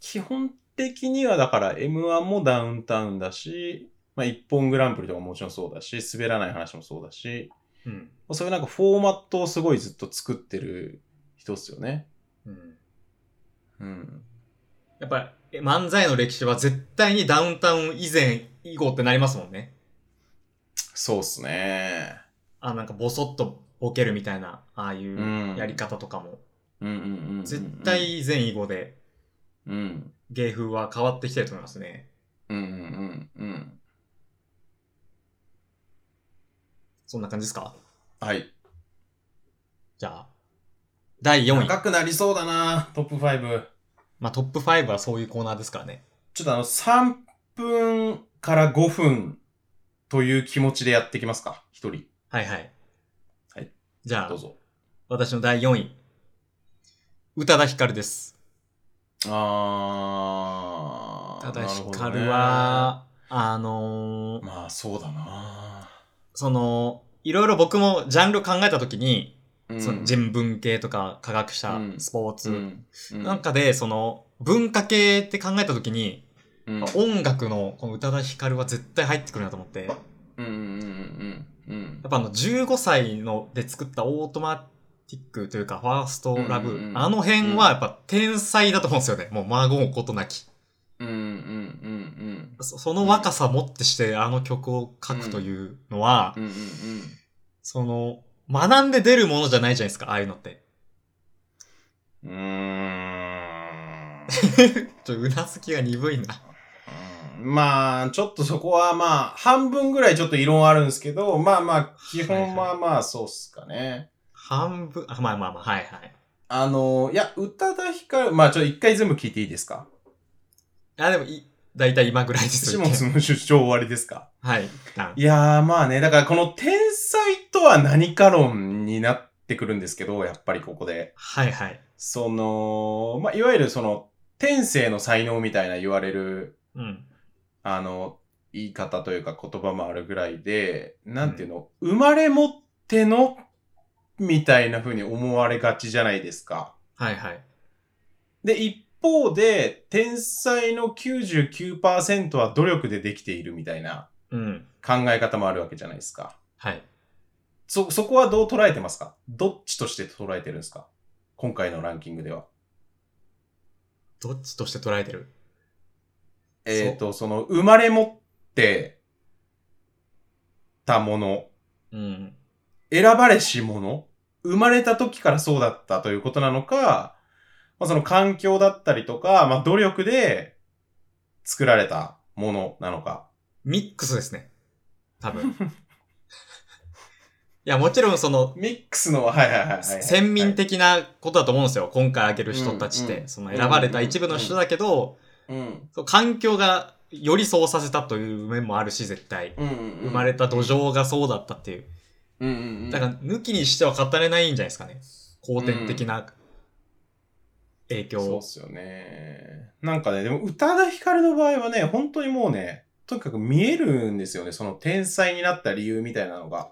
基本的にはだから M1 もダウンタウンだし、まあ、一本グランプリとかももちろんそうだし、滑らない話もそうだし、
うん。
そういうなんかフォーマットをすごいずっと作ってる人っすよね。
うん。
うん。
やっぱり、え漫才の歴史は絶対にダウンタウン以前、以後ってなりますもんね。
そうっすね。。
あ、なんかボソッとボケるみたいな、ああいううんやり。方とかも。
うんうんうんうんうん。
絶。対以前以後で、
うん。
芸風は変わってきてると思いますね。
うんうんうんうん。
そんな感じですか
はい。
じゃあ、第4位。
高くなりそうだなトップ5。
まあ、トップ5はそういうコーナーですからね。
ちょっとあの、3分から5分という気持ちでやってきますか。一人。
はいはい。
はい。
じゃ
どう
あ、
ぞ。
私の第4位。宇多田ヒカルです。
あ
宇
ー。
多田ヒカ
なるほどね
ルは、あのー、
まあ、そうだな
その、いろいろ僕もジャンル考えたときに、
う
その人文系とか科学者、
うん
スポーツ、
うんう
なん、かで、その、文化系って考えたときに、
うん
音楽のこの宇多田ヒカルは絶対入ってくるなと思って、やっ
うんうんうんうんうん。
ぱあの15歳ので作ったオートマティックというか、ファーストラブ、
うんうんうん
あの辺はやっぱ天才だと思うんですよね。もう孫もことなき。
うんうんうん
そその若さもってしてあの曲を書くというのは、
うんうんうん
その、学んで出るものじゃないじゃないですか、ああいうのって。
うんうん。うーん。
ちょ、うなずきが鈍いな。
まあ、ちょっとそこはまあ、半分ぐらいちょっと異論あるんですけど、まあまあ、基本はまあそうっすかね。
半分、あ、まあまあまあ、はいはい。
あの、いや、宇多田ヒカル、まあちょっと一回全部聞いていいですか
あ、でも、い、だいたい今ぐらいです
下
よ
津の出張終わりですか
はい、一旦
いやーまあね、だからこの天才とは何か論になってくるんですけど、やっぱりここで。
はいはい。
その、まあいわゆるその、天性の才能みたいな言われる
うん。
あの、言い方というか言葉もあるぐらいで、なんていうの、生まれ持っての、みたいな風に思われがちじゃないですか。
はいはい。
で、一方で、天才の99%は努力でできているみたいな
うん。
考え方もあるわけじゃないですか。
はい。
そ、そこはどう捉えてますかどっちとして捉えてるんですか今回のランキングでは。
どっちとして捉えてる
えっ、と、その、生まれ持ってたもの、
うん。
選ばれし者生まれた時からそうだったということなのか、まあ、その環境だったりとか、まあ、努力で作られたものなのか。
ミックスですね。多 分。いや、もちろんその、
ミックスの、はいはいはいはい。
先民的なことだと思うんですよ。今回挙げる人たちっ
うんう
て。
ん
その選ばれた一部の人だけど、
うん。
そう環境がよりそうさせたという面もあるし、絶対。
うん、
生まれた土壌がそうだったっていう。
うんうんうん。
だから、抜きにしては語れないんじゃないですかね。後天的な影響
そうっ
を。
すよね。なんかね、でも宇多田ヒカルの場合はね、本当にもうね、とにかく見えるんですよね。その天才になった理由みたいなのが。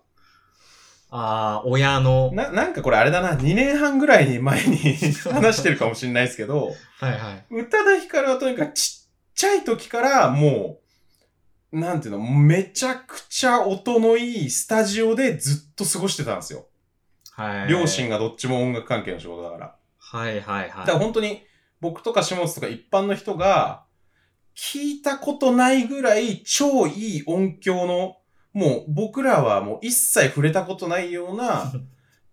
ああ、親の。
な、なんかこれあれだな、2年半ぐらいに前に 話してるかもしれないですけど、
はいはい。
宇多田ヒカルはとにかくちっちゃい時からもう、なんていうの、めちゃくちゃ音のいいスタジオでずっと過ごしてたんですよ。
はい。
両親。がどっちも音楽関係の仕事だから。
はいはい
だから
は
本当に僕とか下津とか一般の人が聞いたことないぐらい超いい音響のもう僕らはもう一切触れたことないよう な、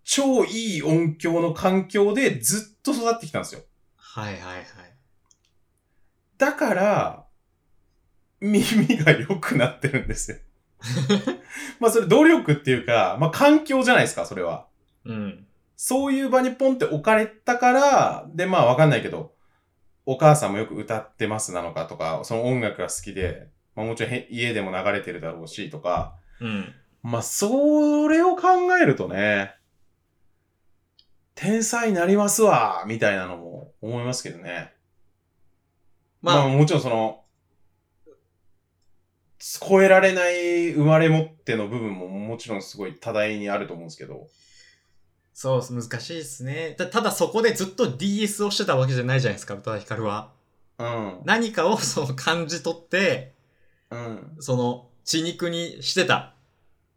超いい音響の環境でずっと育ってきたんですよ。
はいはいはい。
だから、耳が良くなってるんですよ。まあそれ動力っていうか、まあ環境じゃないですか、それは。
うん。
そういう場にポンって置かれたから、で、まあわかんないけど、お母さんもよく歌ってますなのかとか、その音楽が好きで、まあもちろんへ家でも流れてるだろうしとか、
うん。
まあそれを考えるとね、天才になりますわ、みたいなのも思いますけどね。まあ、
まあ、
もちろんその、超えられない生まれ持っての部分ももちろんすごい多大にあると思うんですけど。
そうっす、難しいですね。たただそこでずっと DS をしてたわけじゃないじゃないですか、宇多田ヒカルは。
うん。
何かを その感じ取って、
うん。
その血肉にしてた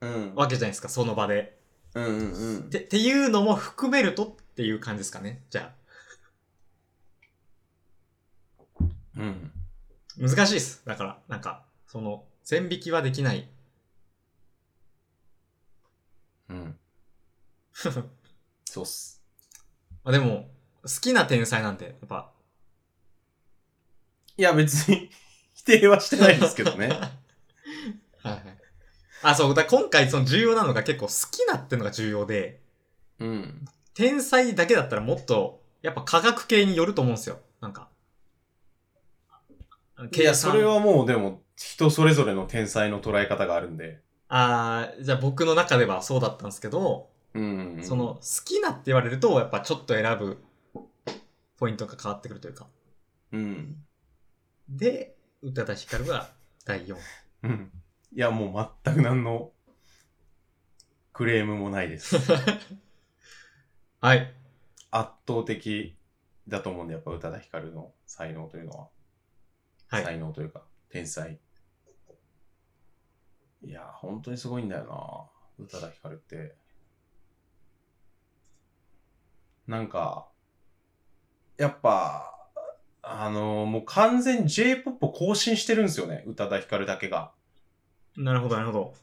うん。
わけじゃないですか、その場で。
うんうんうん
て、っていうのも含めるとっていう感じですかね。じゃあ。
うん。
難しいっす。だから、なんか、その、線引きはできない。
うん。 そうっす。
まあでも、好きな天才なんて、やっぱ。
いや、別に否定はしてないんです けどね。
はいはい。あ、そう、だから今回その重要なのが結構好きなってのが重要で、
うん。
天才だけだったらもっと、やっぱ科学系によると思うんですよ。なんか。
いや、それ。はもうでも人それぞれの天才の捉え方があるんで。
あーじゃあ僕の中ではそうだったんですけど、
うん
その、好きなって言われると、やっぱちょっと選ぶポイントが変わってくるというか。
うん。
で、宇多田ヒカルが第4。
うん。いや、もう全く何のクレームもないです。
はい。
圧倒的だと思うんで、やっぱ宇多田ヒカルの才能というのは、
はい。
才能というか、天才。いや、本当にすごいんだよな、宇多田ヒカルって。なんか、やっぱ、あのもう完全に J-POP を更新してるんですよね、宇多田ヒカルだけが。
なるほど、なるほど。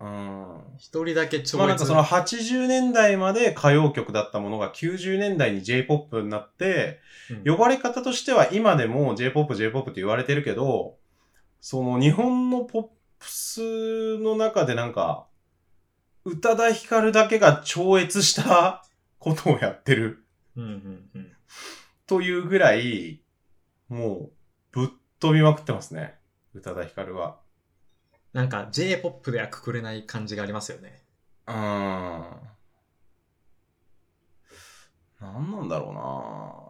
うん。
一人だけ超越、
まあなんかその80年代まで歌謡曲だったものが90年代に J-POP になって、
うん
呼ばれ方としては今でも J-POP、J-POP って言われてるけど、その日本のポップスの中でなんか、宇多田ヒカルだけが超越したことをやってる
うんうんうん。
というぐらい、もうぶっ飛びまくってますね。宇多田ヒカルは。
なんか J-POP ではくくれない感じがありますよね。
うーん。なんなんだろうな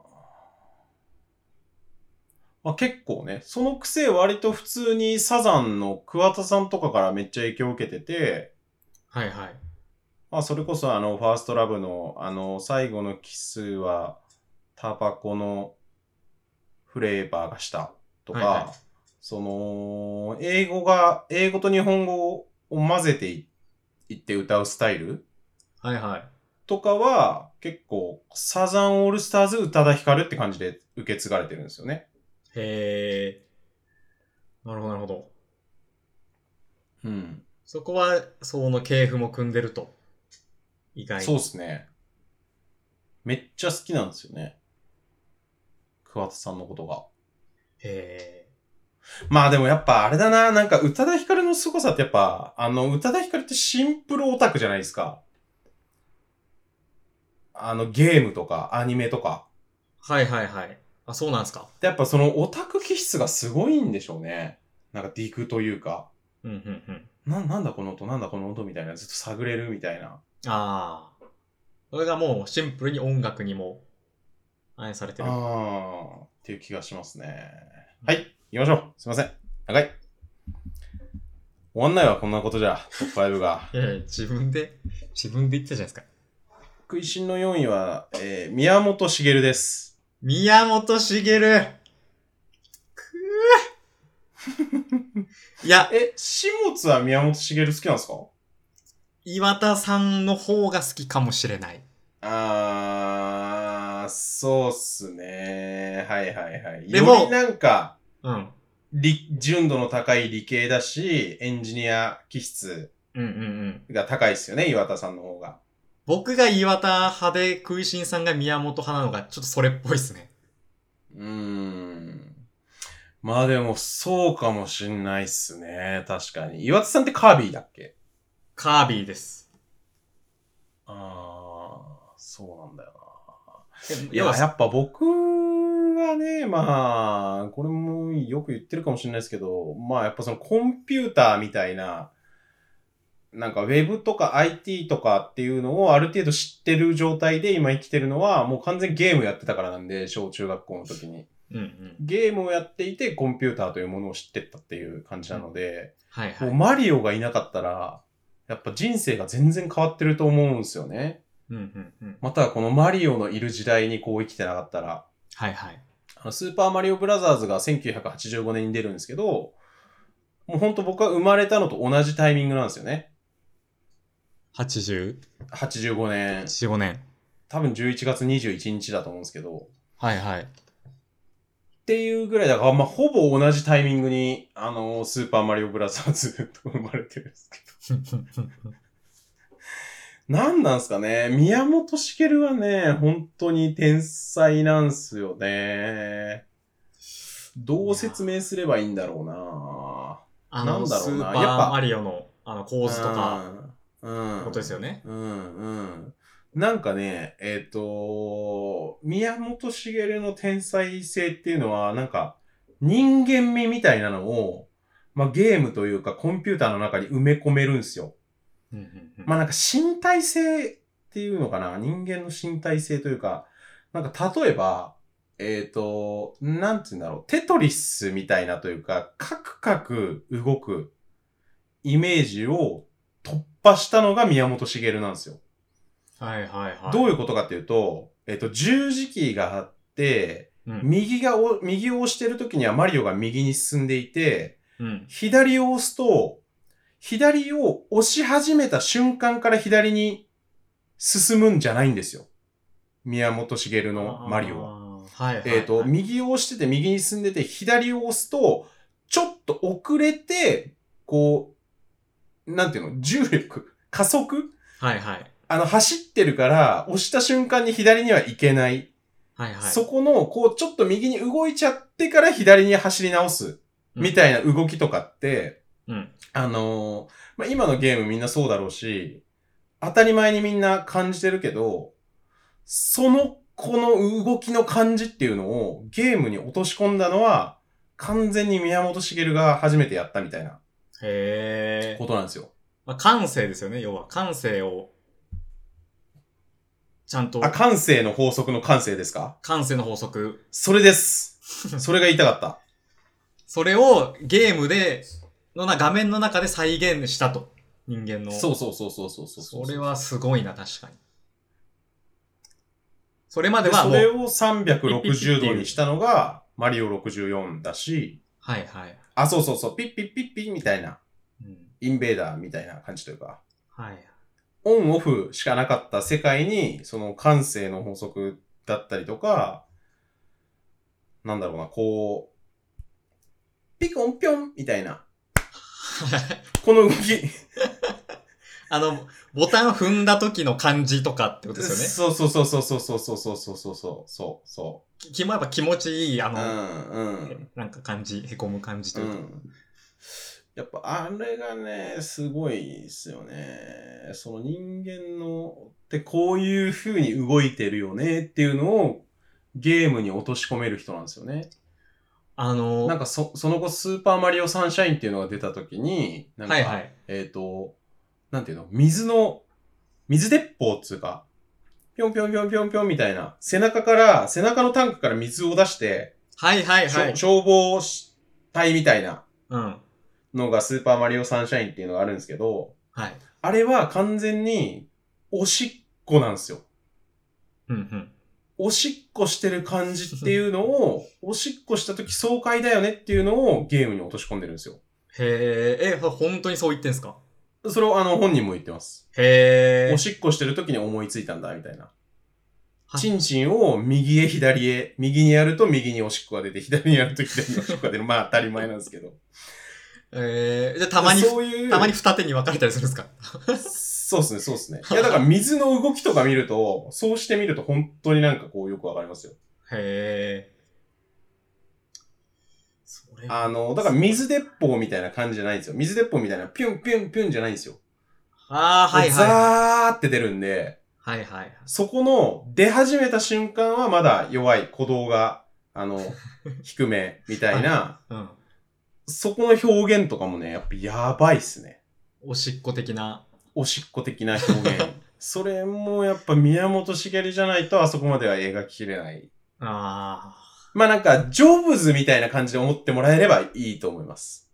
あ結構ね、そのくせ割と普通にサザンの桑田さんとかからめっちゃ影響を受けてて、
はいはい。
まあそれこそあの、ファーストラブのあの、最後のキスはタバコのフレーバーがしたとか、
はいはい
その、英語が、英語と日本語を混ぜていいって歌うスタイル
はいはい。
とかは結構サザンオールスターズ宇多田ヒカルって感じで受け継がれてるんですよね。
へー。なるほどなるほど。
うん。
そこは、その系譜も組んでると。意外に
そうっすね。めっちゃ好きなんですよね。桑田さんのことが。
へ
まあでもやっぱあれだな、なんか宇多田ヒカルの凄さってやっぱ、あの、宇多田ヒカルってシンプルオタクじゃないですか。あの、ゲームとかアニメとか。
ー。はいはいはい。あ、そうなんですか。
やっぱそのオタク気質がすごいんでしょうね。なんかディクというか。
うんうんうん。
な、なんだこの音、なんだこの音みたいな、ずっと探れるみたいな。
あー。それがもうシンプルに音楽にも反映されてる。は
ああ、っていう気がしますね。はい、行きましょう。すいません。長い。終わんないわ、こんなことじゃ。トップ5が。
いやいや自分で、自分で言ってたじゃないですか。
食いしんの4位は、えー、宮本茂です。
宮本茂くぅいや、
え、始末は宮本茂好きなんですか
岩田さんの方が好きかもしれない。
あー、そうっすね。はいはいはい。
でも
よりなんか、
うん。
理純度の高い理系だし、エンジニア気質
うんうんうん。
が高いですよね、岩田さんの方が。
僕が岩田派で、食いしんさんが宮本派なのが、ちょっとそれっぽいっすね。
うーん。まあでも、そうかもしんないっすね。確かに。岩田さんってカービィだっけ
カービィです。
ああ、そうなんだよな。い
要は
や、やっぱ僕はね、まあ、これもよく言ってるかもしれないですけど、まあ、やっぱそのコンピューターみたいな、なんか Web とか IT とかっていうのをある程度知ってる状態で今生きてるのは、もう完全にゲームやってたからなんで、小中学校の時に。
うんうん。
ゲームをやっていて、コンピューターというものを知ってったっていう感じなので、
はい
も
は
う
い。
マリオがいなかったら、やっぱ人生が全然変わってると思うんですよね。
うんうんうん。
またはこのマリオのいる時代にこう生きてなかったら、
はいはい。
あのスーパーマリオブラザーズが1985年に出るんですけど、もうほんと僕は生まれたのと同じタイミングなんですよね。
80?85
85年。
年。
多分11月21日だと思うんですけど。
はいはい。
っていうぐらいだから、まあ、ほぼ同じタイミングに、あのスーパーマリオブラザーズと生まれてるんですけど。なんなんすかね宮本茂はね、本当に天才なんすよね。どう説明すればいいんだろうな
あ
な
の、
んだろ
ス
う
ーパ
なやっぱ
ーマリオの、あの、構図とか、、
うん。
ことですよね。
うんうん。なんかね、えっ、と、宮本茂の天才性っていうのは、なんか、人間味みたいなのを、まあ、ゲームというかコンピューターの中に埋め込めるんですよ。
うんうんうん
まあ、なんか身体性っていうのかな人間の身体性というか、なんか例えば、えっ、と、なんて言うんだろう、テトリスみたいなというか、カクカク動くイメージを突破したのが宮本茂なんですよ。
はいはいはい。
どういうことかっていうと、えっと、十字キーがあって、
うん
右がお、右を押してる時にはマリオが右に進んでいて、
うん。
左を押すと、左を押し始めた瞬間から左に進むんじゃないんですよ。宮本茂のマリオは。
は。はいはいはい。
えっ、と、右を押してて、右に進んでて、左を押すと、ちょっと遅れて、こう、なんていうの、重力、加速
はいはい。
あの、走ってるから、押した瞬間に左には行けない。
はいはい。
そこの、こう、ちょっと右に動いちゃってから左に走り直す。
うん
みたいな動きとかって、
うん。
あのーまあ、今のゲームみんなそうだろうし、当たり前にみんな感じてるけど、その、この動きの感じっていうのをゲームに落とし込んだのは、完全に宮本茂が初めてやったみたいな
へえ
こ。となんですよ。
まあ、感性ですよね、要は。感性を、ちゃんと
あ、、感性の法則の感性ですか
感性の法則。
それです。それが言いたかった。
それをゲームで、のな、画面の中で再現したと。人間の。
そうそうそうそうそうそう
それはすごいな、確かに。それまでは
そ
も
れ
う、
を360度にしたのがマリオ64だし、
はいはい。
あ、そうそうそう、ピッピッピッピッみたいな、
うん。
インベーダーみたいな感じというか、
はい。
オンオフしかなかった世界に、その感性の法則だったりとか、なんだろうな、こう、ピコンピョンみたいな、この動き、
あの、ボタン踏んだ時の感じとかってことですよね。
そうそうそうそうそうそうそうそうそうそうそうそ
ききもやっぱ気持ちいい、あ
う。う
の、
んうん。
なんか感じ、へこむ感じというか。
うん、やっぱあれがねすごいですよねその人間のってこういう風に動いてるよねっていうのをゲームに落とし込める人なんですよね
あの、
なんかそその後「スーパーマリオサンシャイン」っていうのが出た時になんか、
はいはい。
えっ、となんていうの水の水鉄砲っつうかぴょんぴょんぴょんぴょんぴょんみたいな背中から背中のタンクから水を出して、
はいはい
し
はい
ょ。消防隊みたいな
うん。
のがスーパーマリオサンシャインっていうのがあるんですけど、
はい。
あれは完全におしっこなんですよ。
うんうん。
おしっこしてる感じっていうのを、おしっこした時爽快だよねっていうのをゲームに落とし込んでるんですよ。
へえ、え、ほ本当にそう言ってんすか
それをあの本人も言ってます。
へえ
お。しっこしてる時に思いついたんだみたいな。
はい
チンチンを右へ左へ、右にやると右におしっこが出て、左にやると左におしっこが出る。まあ当たり前なんですけど。
えー、じゃあたまに、
そういう、
たまに二手に分かれたりするんですか
そうですね、そうですね。いや、だから水の動きとか見ると、そうしてみると本当になんかこうよくわかりますよ。
へえ。それは、
あの、だから水鉄砲みたいな感じじゃないんですよ。水鉄砲みたいなピュンピュンピュンじゃないんですよ。
ああ、はいはいはい。
ザーって出るんで、
はいはいはい。
そこの出始めた瞬間はまだ弱い鼓動が、あの、低めみたいな、
うん。
そこの表現とかもね、やっぱやばいっすね。
おしっこ的な。
おしっこ的な表 現。それもやっぱ宮本茂じゃないとあそこまでは描ききれない。
あ
まあなんか、ジョブズみたいな感じで思ってもらえればいいと思います。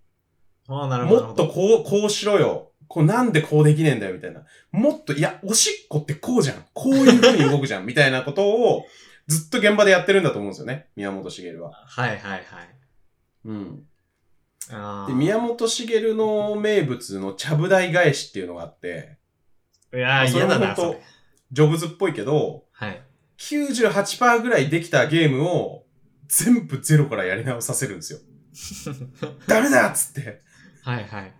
あ。ああ、なるほど。
もっとこう、こうしろよ。こうなんでこうできねえんだよ、みたいな。もっと、いや、おしっこってこうじゃん。こういう風に動くじゃん、みたいなことを、ずっと現場でやってるんだと思うんですよね。宮本茂は。
はいはいはい。
うん。
ああ。
で、宮本茂の名物のちゃぶ台返しっていうのがあって、
いやー、
そ
嫌
れも
だ
本
な、そ
当
れ。
ジョブズっぽいけど、
はい。
98%ぐらいできたゲームを、全部ゼロからやり直させるんですよ。ダメだっつって。
はいはい。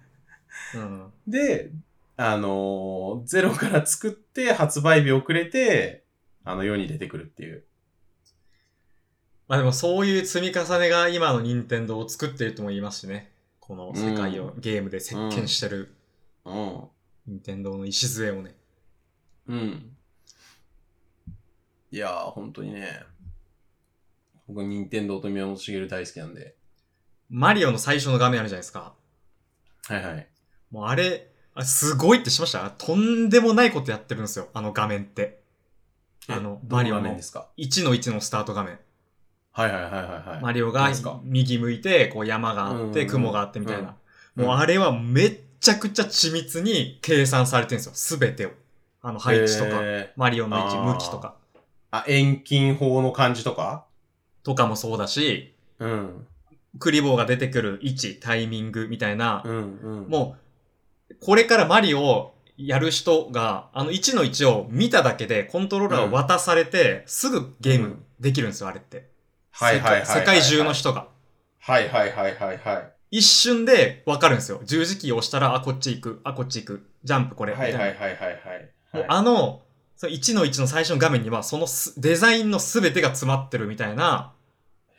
うん。
で、あのーゼロから作って発売日遅れて、あの世に出てくるっていう。
まあでもそういう積み重ねが今の任天堂を作っているとも言いますしね。この世界をゲームで席巻してる
うん。
任天堂の礎をね。
うん。いやー、本当にね。僕、任天堂と宮本茂大好きなんで。
マリオの最初の画面あるじゃないですか。
はいはい。
もうあれ、あすごいってしましたとんでもないことやってるんですよ。あの画面って。あの
えど
マリオの
画面ですか
1の1のスタート画面。
はいはいはいはいはい。
マリオ
な
が
んですか
右向いて、こう山があ
う
っ
んうんう
て、
ん
雲があってみたいな。
うん
もうあれはめっちゃくちゃ緻密に計算されてるんですよ。すべてを。あの配置とか、
えー
マリオの位置、
あー
向きとか。
あ、遠近法の感じとか
とかもそうだし、
うん。
クリボーが出てくる位置、タイミングみたいな
う。んうん。
もう、これからマリオをやる人が、あの1の1を見ただけでコントローラーを渡されて、すぐゲームできるんですよ、あれって。
はいはいはいはいはい。
世界中の。人が。
はいはいはいはいはい。
一瞬でわかるんですよ。十字キーを押したら、あ、こっち行く、あ、こっち行く、ジャンプこれ、み
は
たい
い
な。
はいはいはいはい。
もうあの、その1の1の最初の画面には、そのすデザインの全てが詰まってるみたいな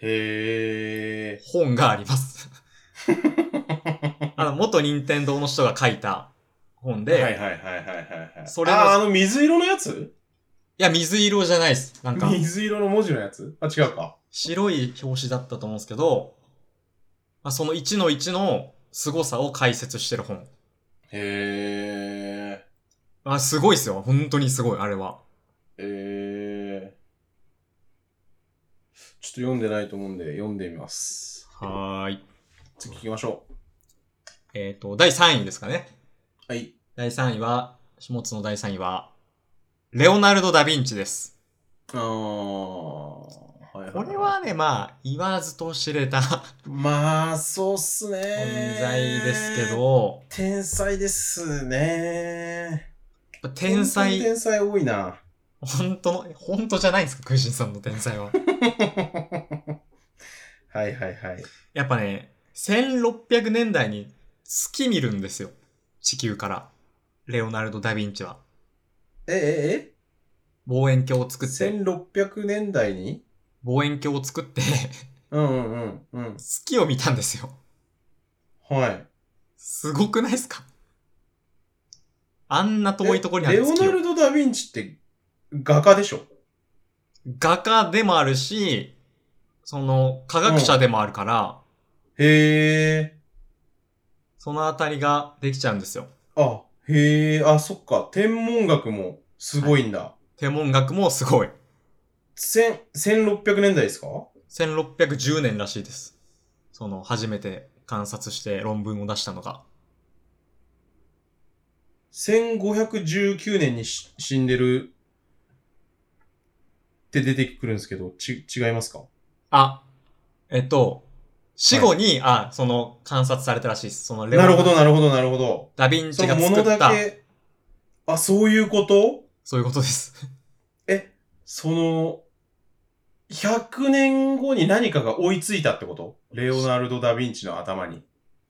へえ。
本があり ます。あの、元任天堂の人が書いた本で、
はい
い、
はいはいはいはいはい。
それの
あー、あの水色のやつ
や、水色じゃないです。なんか、
水色の文字のやつあ、違うか。
白い表紙だったと思うんですけど、まあ、その1の1の凄さを解説してる本。
へ
あ、すごいですよ。本当にすごい、あれは。
え。へえ。ちょっと読んでないと思うんで、読んでみます。
はーい。
次聞きましょ
えっ、と、第3位ですかね。
う。はい。
第3位は、下津の第3位は、レオナルド・ダ・ヴィンチです。
あー。はいはいい
これはね、まあ、言わずと知れた
まあ、そうっすね。
存在ですけ。ど、
天才ですね。
やっぱ天
本当に
才、
天才多いな。
本当の、本当じゃないんですか、クイシンさんの天 才は。
はいはいはい。
やっぱね、1600年代に月見るんですよ。地球から。レオナルド・ダ・ヴィンチは。
え、え、え
望遠鏡を作って、
1600年代に
望遠鏡を作って、
うんうんうんうん。
月を見たんですよ。
はい。
すごくないですかあんな遠いところにあ
レ
る
オ
月
ナ
を
ルド・ダ・ヴィンチって画家でしょ
画家でもあるし、その、科学者でもあるから、
へえ。
そのあたりができちゃうんですよ。
あ、へえ。あ、そっか。天文学もすごいんだ。
天文学もすごい。
千、1600年代ですか
1610年らしいです。その、初めて観察して論文を出したのが。
?1519 年にし死んでるって出てくるんですけど、ち、違いますか
あ、えっと、死後に、あ、その、観察されたらしいです。その、レオ
なるほど、なるほど、なるほど。
ダヴィン
そ
チ
の
が
も
作
の
っ
だ
た、
け、あ、そういうこと
そういうことです。
え、その、100年後に何かが追いついたってことレオナルド・ダ・ヴィンチの頭に。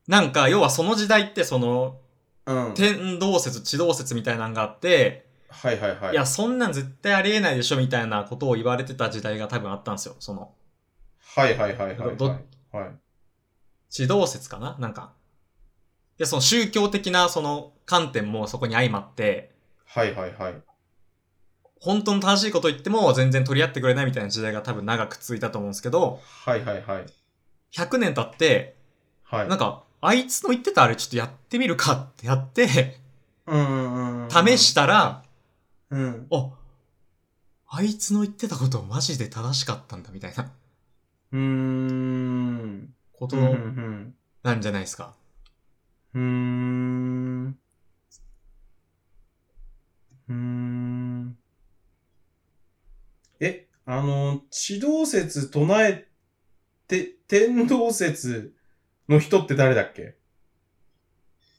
なんか、要はその時代ってその、
うん。はい
天動説、地動説みたいなのがあって、
はいはい。
いや、そんなん絶対ありえないでしょみたいなことを言われてた時代が多分あったんですよ。その、
はいはいはいはい、
ど
はい。はい。
地動説かななんか。で、その宗教的なその観点もそこに相まって、
はいはいはい。
本当の正しいこと言っても全然取り合ってくれないみたいな時代が多分長く続いたと思うんですけど、
はいはいはい。
100年経って、
はい。
なんか、あいつの言ってたあれちょっとやってみるかってやって、
うんうんうん。
試し。たら、
うん。
あ、あいつの言ってたことマジで正しかったんだみたいな
うーん。
こ
う
と
んうん
なんじゃないですか。
うん。うーん。うーん。え、あの、地動説唱えて、天動説の人って誰だっけ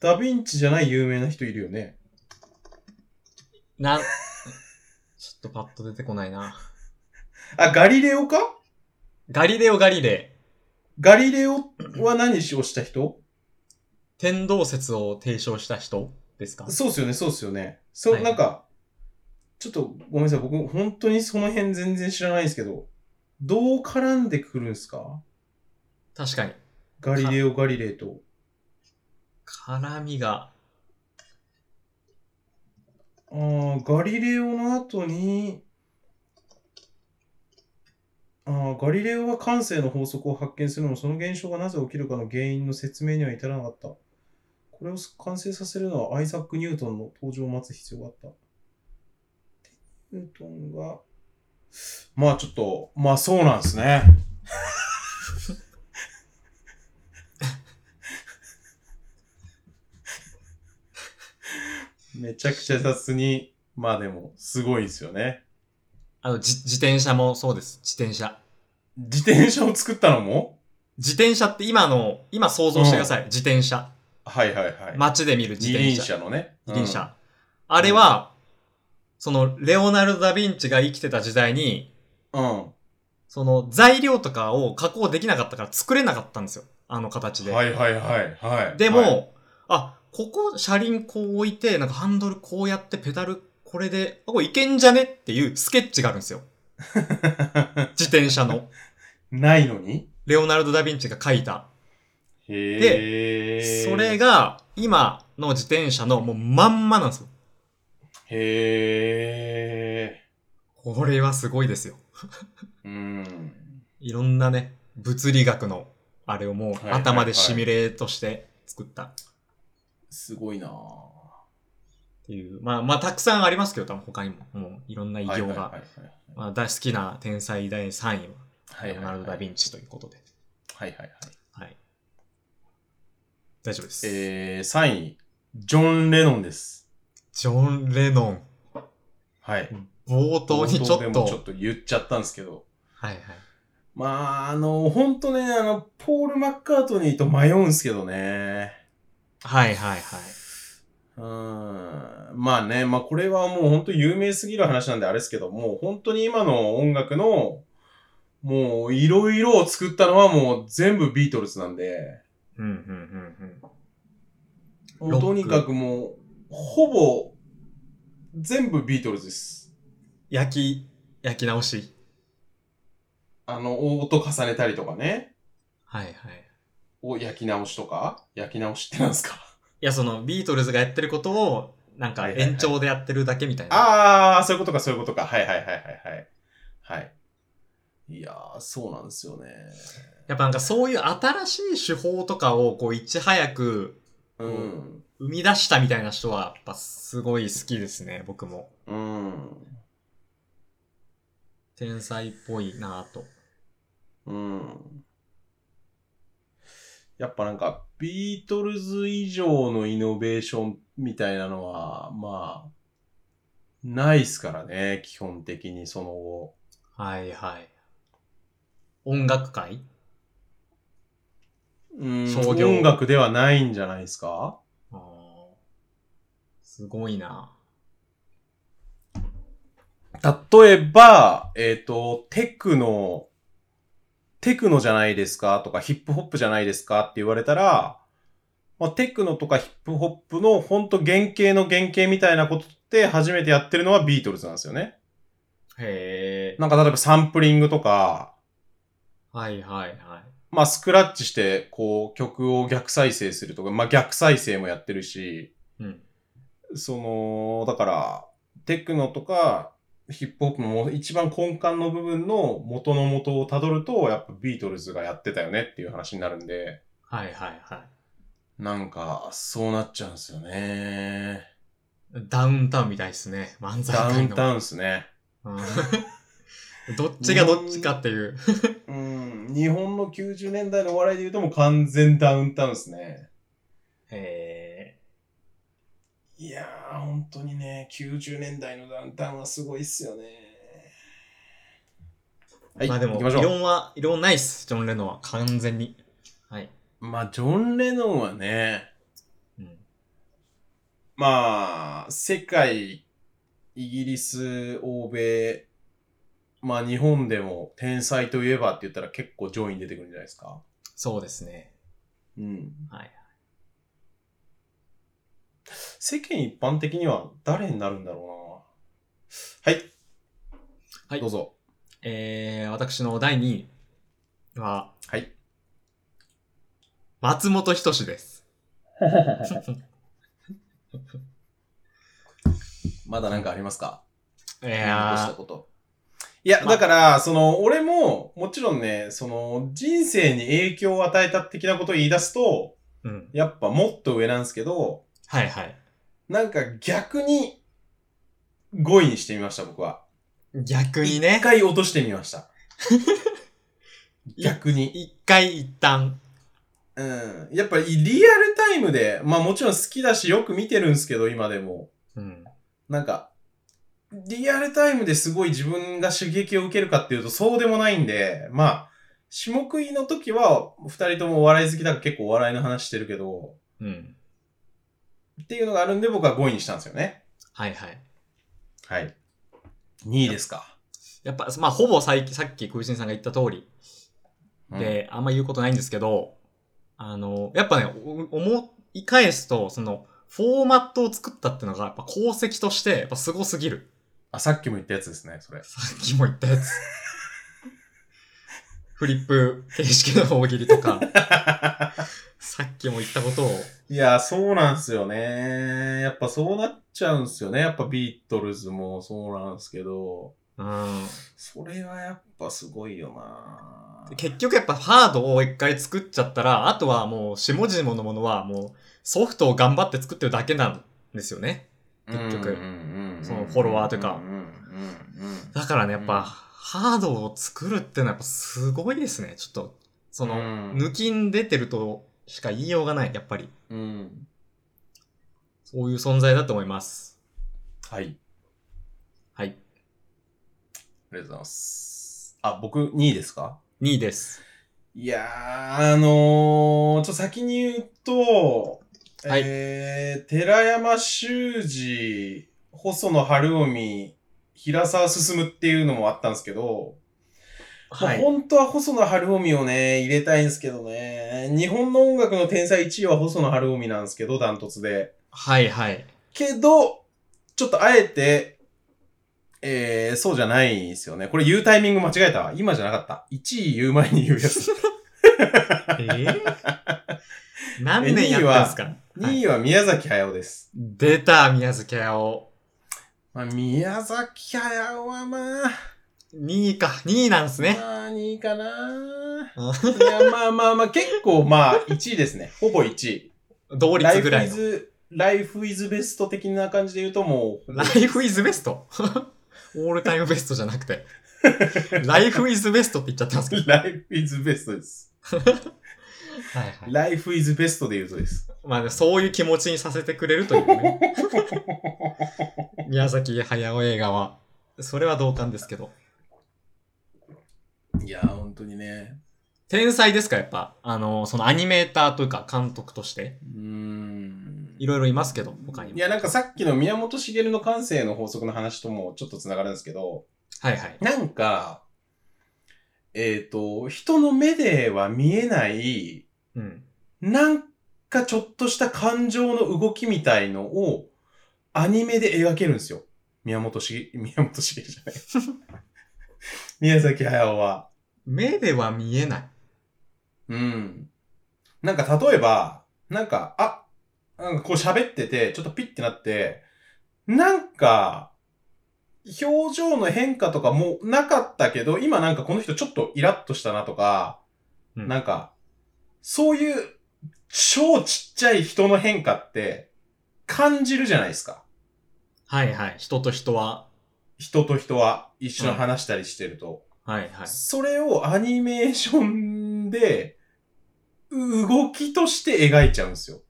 ダヴィンチじゃない有名な人いるよね。
な、ちょっとパッと出てこないな。
あ、ガリレオか
ガリレオ・ガリレイ、
ガリレオは何をした人
天動説を提唱した人ですか
そうっすよね、そうっすよね。そう、
はい
なんか、ちょっとごめんなさい、僕、本当にその辺全然知らないんですけど、どう絡んでくるんすか
確かに。
ガリレオ・ガリレイと。
絡みが、
あーガリレオの後に、あーガリレオは感性の法則を発見するも、その現象がなぜ起きるかの原因の説明には至らなかった。これを完成させるのはアイザック・ニュートンの登場を待つ必要があった。でニュートンが、まあちょっと、まあそうなんですね。めちゃくちゃ雑に、まあでも、すごいですよね。
あの、じ自転車もそうです。自転車。
自転車を作ったのも
自転車って今の、今想像してください。自転車。
はいはいはい。
街で見る自
二
転
輪
車。
車のね。
二輪車。あれは、その、レオナルド・ダ・ヴィンチが生きてた時代に、
うん。
その、材料とかを加工できなかったから作れなかったんですよ。あの形
うん。
で。
はいはいはい。はい。
でも、
はい、
あ、ここ車輪こう置いて、なんかハンドルこうやって、ペダルこれで、あ、これいけんじゃねっていうスケッチがあるん ですよ。自転車の。
ないのに
レオナルド・ダ・ヴィンチが書いた。
へえ。
それ。が、今の自転車のもうまんまなんですよ。
へえ。
これはすごいですよ。
うん。
いろんなね、物理学の、あれをも
はいうはい
頭でシミュレートして作ったっ
すごいなぁ。
ていう。まあまあたくさんありますけど、多分他にも。もういろんな偉業
は
が。
い
まあ大好きな天才第3位は、
はいはい。
レオナルド・ダ・ヴィ
ン。
ンチということで。
はいはいはい。
はい。大丈夫です。
えー、3位、ジョン・レノンです。
ジョン・レノン。
はい。
冒頭にちょ
冒頭で
っ
も
と。
ちょっと言っちゃったんですけど。
はいはい。
まあ、あの、ほんとね、あの、ポール・マッカートニーと迷うんすけどね。
はいはいはい。
うーん。まあね、まあこれはもうほんと有名すぎる話なんであれですけど、もう本当に今の音楽の、もういろいろを作ったのはもう全部ビートルズなんで、
うんうんうん
もう
ロック
とにかくもう、ほぼ、全部ビートルズです。
焼き、焼き直し。
あの、音重ねたりとかね、
はいはい。
を焼き直しとか、焼き直しってなんです か
いや、その、ビートルズがやってることを、なんか
はいはいはい
延長でやってるだけみたいな。
あー、そういうことか、そういうことか。はいはいはいはいはい。はい。いやー、そうなんですよね。
やっぱなんかそういう新しい手法とかを、こう、いち早く
うん。
生み出したみたいな人は、やっぱすごい好きですね、僕も。
うん。
天才っぽいなぁと。
うん。やっぱなんか、ビートルズ以上のイノベーションみたいなのは、まあ、ないっすからね、基本的にその後。
はいはい。音楽界
うん、
商業
音楽ではないんじゃないですか
あーすごいな
例えば、えっ、と、テクノ、テクノじゃないですかとか、ヒップホップじゃないですかって言われたら、まあ、テクノとかヒップホップのほんと原型の原型みたいなことって初めてやってるのはビートルズなんですよね。
へえ。
なんか例えばサンプリングとか、
はいはいはい。
まあスクラッチしてこう曲を逆再生するとか、まあ逆再生もやってるし、
うん。
その、だから、テクノとかヒップホップの一番根幹の部分の元の元をたどると、やっぱビートルズがやってたよねっていう話になるんで、
はいはいはい。
なんか、そうなっちゃうんですよね。
ダウンタウンみたいですね。漫才
ダウ
界
ン
の。
タウンっすね。
うんどっちがどっちかっていう。
うん、日本の90年代のお笑いで言うともう完全ダウンタウンっすね。
へ
いやー、本当にね、90年代のダウンタウンはすごいっすよね。は
え。
い、
まあでも、
行きまし
異
ょう
論は、異論ないっす。ジョン・レノンは。完全に。はい。
まあ、ジョン・レノンはね、
うん。
まあ、世界、イギリス、欧米、まあ日本でも天才といえばって言ったら結構上位に出てくるんじゃないですか。
そうですね。
うん。
はい。
世間一般的には誰になるんだろうな。はい。
はい
どうぞ。
えー、私の第2位は、
はい。
松本人志です。
まだなんかありますか
い
残した
や
こと。いや、
まあ
だから、その、俺も、もちろんね、その、人生に影響を与えた的なことを言い出すと、
ー、うん。
やっぱもっと上なんですけど、
はいはい。
なんか逆に5位にしてみました、僕は。
逆に
一
ね、
回落としてみ ました。逆に。
一回一旦。
うん。やっぱりリアルタイムで、まあもちろん好きだしよく見てるんですけど、今でも。
うん。
なんか、リアルタイムですごい自分が刺激を受けるかっていうとそうでもないんで、まあ、下食いの時は二人ともお笑い好きだから結構お笑いの話してるけど、
うん。
っていうのがあるんで僕は5位にしたんですよね。
はいはい。
はい。2位ですか。
やっぱ、まあ、ほぼ最近、さっき、小石さんが言った通り、で、あんま言うことないんですけど、あの、やっぱね、お思い返すと、その、フォーマットを作ったっていうのが、やっぱ功績として、やっぱすごすぎる。
あ、さっきも言ったやつですね、それ。
さっきも言ったやつ。 フリップ形式の大喜利とか、さっきも言ったことを、
いや、そうなんすよね。やっぱそうなっちゃうんすよね。やっぱビートルズもそうなんすけど、
うん。
それはやっぱすごいよな
結局やっぱハードを一回作っちゃったら、あとはもう下々のものはもうソフトを頑張って作ってるだけなんですよね。結局
うんうんうん
そのフォロワーというか
うんうんうん
だからね、やっぱ、
うん
ハードを作るってのはやっぱすごいですね。ちょっと、その、
うん
抜きん出てるとしか言いようがない、やっぱり。
うんうん。
そういう存在だと思います。
はい。
は
あり
い。
がとうございます。あ、僕2位ですか
2位です。
いやー、あのー、ちょっと先に言うと、
はい
えー、寺山修司、細野晴臣、平沢進っていうのもあったんですけど、まあ
はい。
本当は細野晴臣をね、入れたいんですけどね、日本の音楽の天才1位は細野晴臣なんですけど、ダントツで。
はい はい。
けど、ちょっとあえて、えー、そうじゃないんですよね。これ言うタイミング間違えたわ。今じゃなかった。1位言う前に言う やつ。
えー、何年やったんですか、は
2
い
位は宮崎駿です。
出た、宮崎駿。
まあ、宮崎駿はまあ、
2位か。2位なんですね。
まあ、2位かな。
う
いや、まあまあまあ、結構まあ、1 位ですね。ほぼ1位。
同率ぐらいの。
ライフイズベスト的な感じで言うともう、
ライフイズベスト オールタイムベストじゃなく て。ライフイズベストって言っちゃったんですけど。
ライフイズベストです。
はいはい。
ライフイズベストで言うとです。
まあね、そういう気持ちにさせてくれるというね。 宮崎駿映画は。それは同感ですけど。
いや、本当にね。
天才ですか、やっぱ。あの、そのアニメーターというか監督として。
うーん。
いろいろいますけど、他に
い
も。
や、なんかさっきの宮本茂の感性の法則の話ともちょっとつながるんですけど、
はいはい。
なんか、えっ、と、人の目では見えない、
うん。
なんかちょっとした感情の動きみたいのを、アニメで描けるんですよ。宮本茂、宮本茂じゃない。 宮崎駿は。
目では見えない。
うん。なんか例えば、なんか、あ、なんかこう喋ってて、ちょっとピッてなって、なんか、表情の変化とかもなかったけど、今なんかこの人ちょっとイラッとしたなとか、
うん
なんか、そういう超ちっちゃい人の変化って感じるじゃないですか。
はいはい。人と人は。
人と人は一緒に話したりしてると。
はいはい。
それをアニメーションで、動きとして描いちゃうんですよ。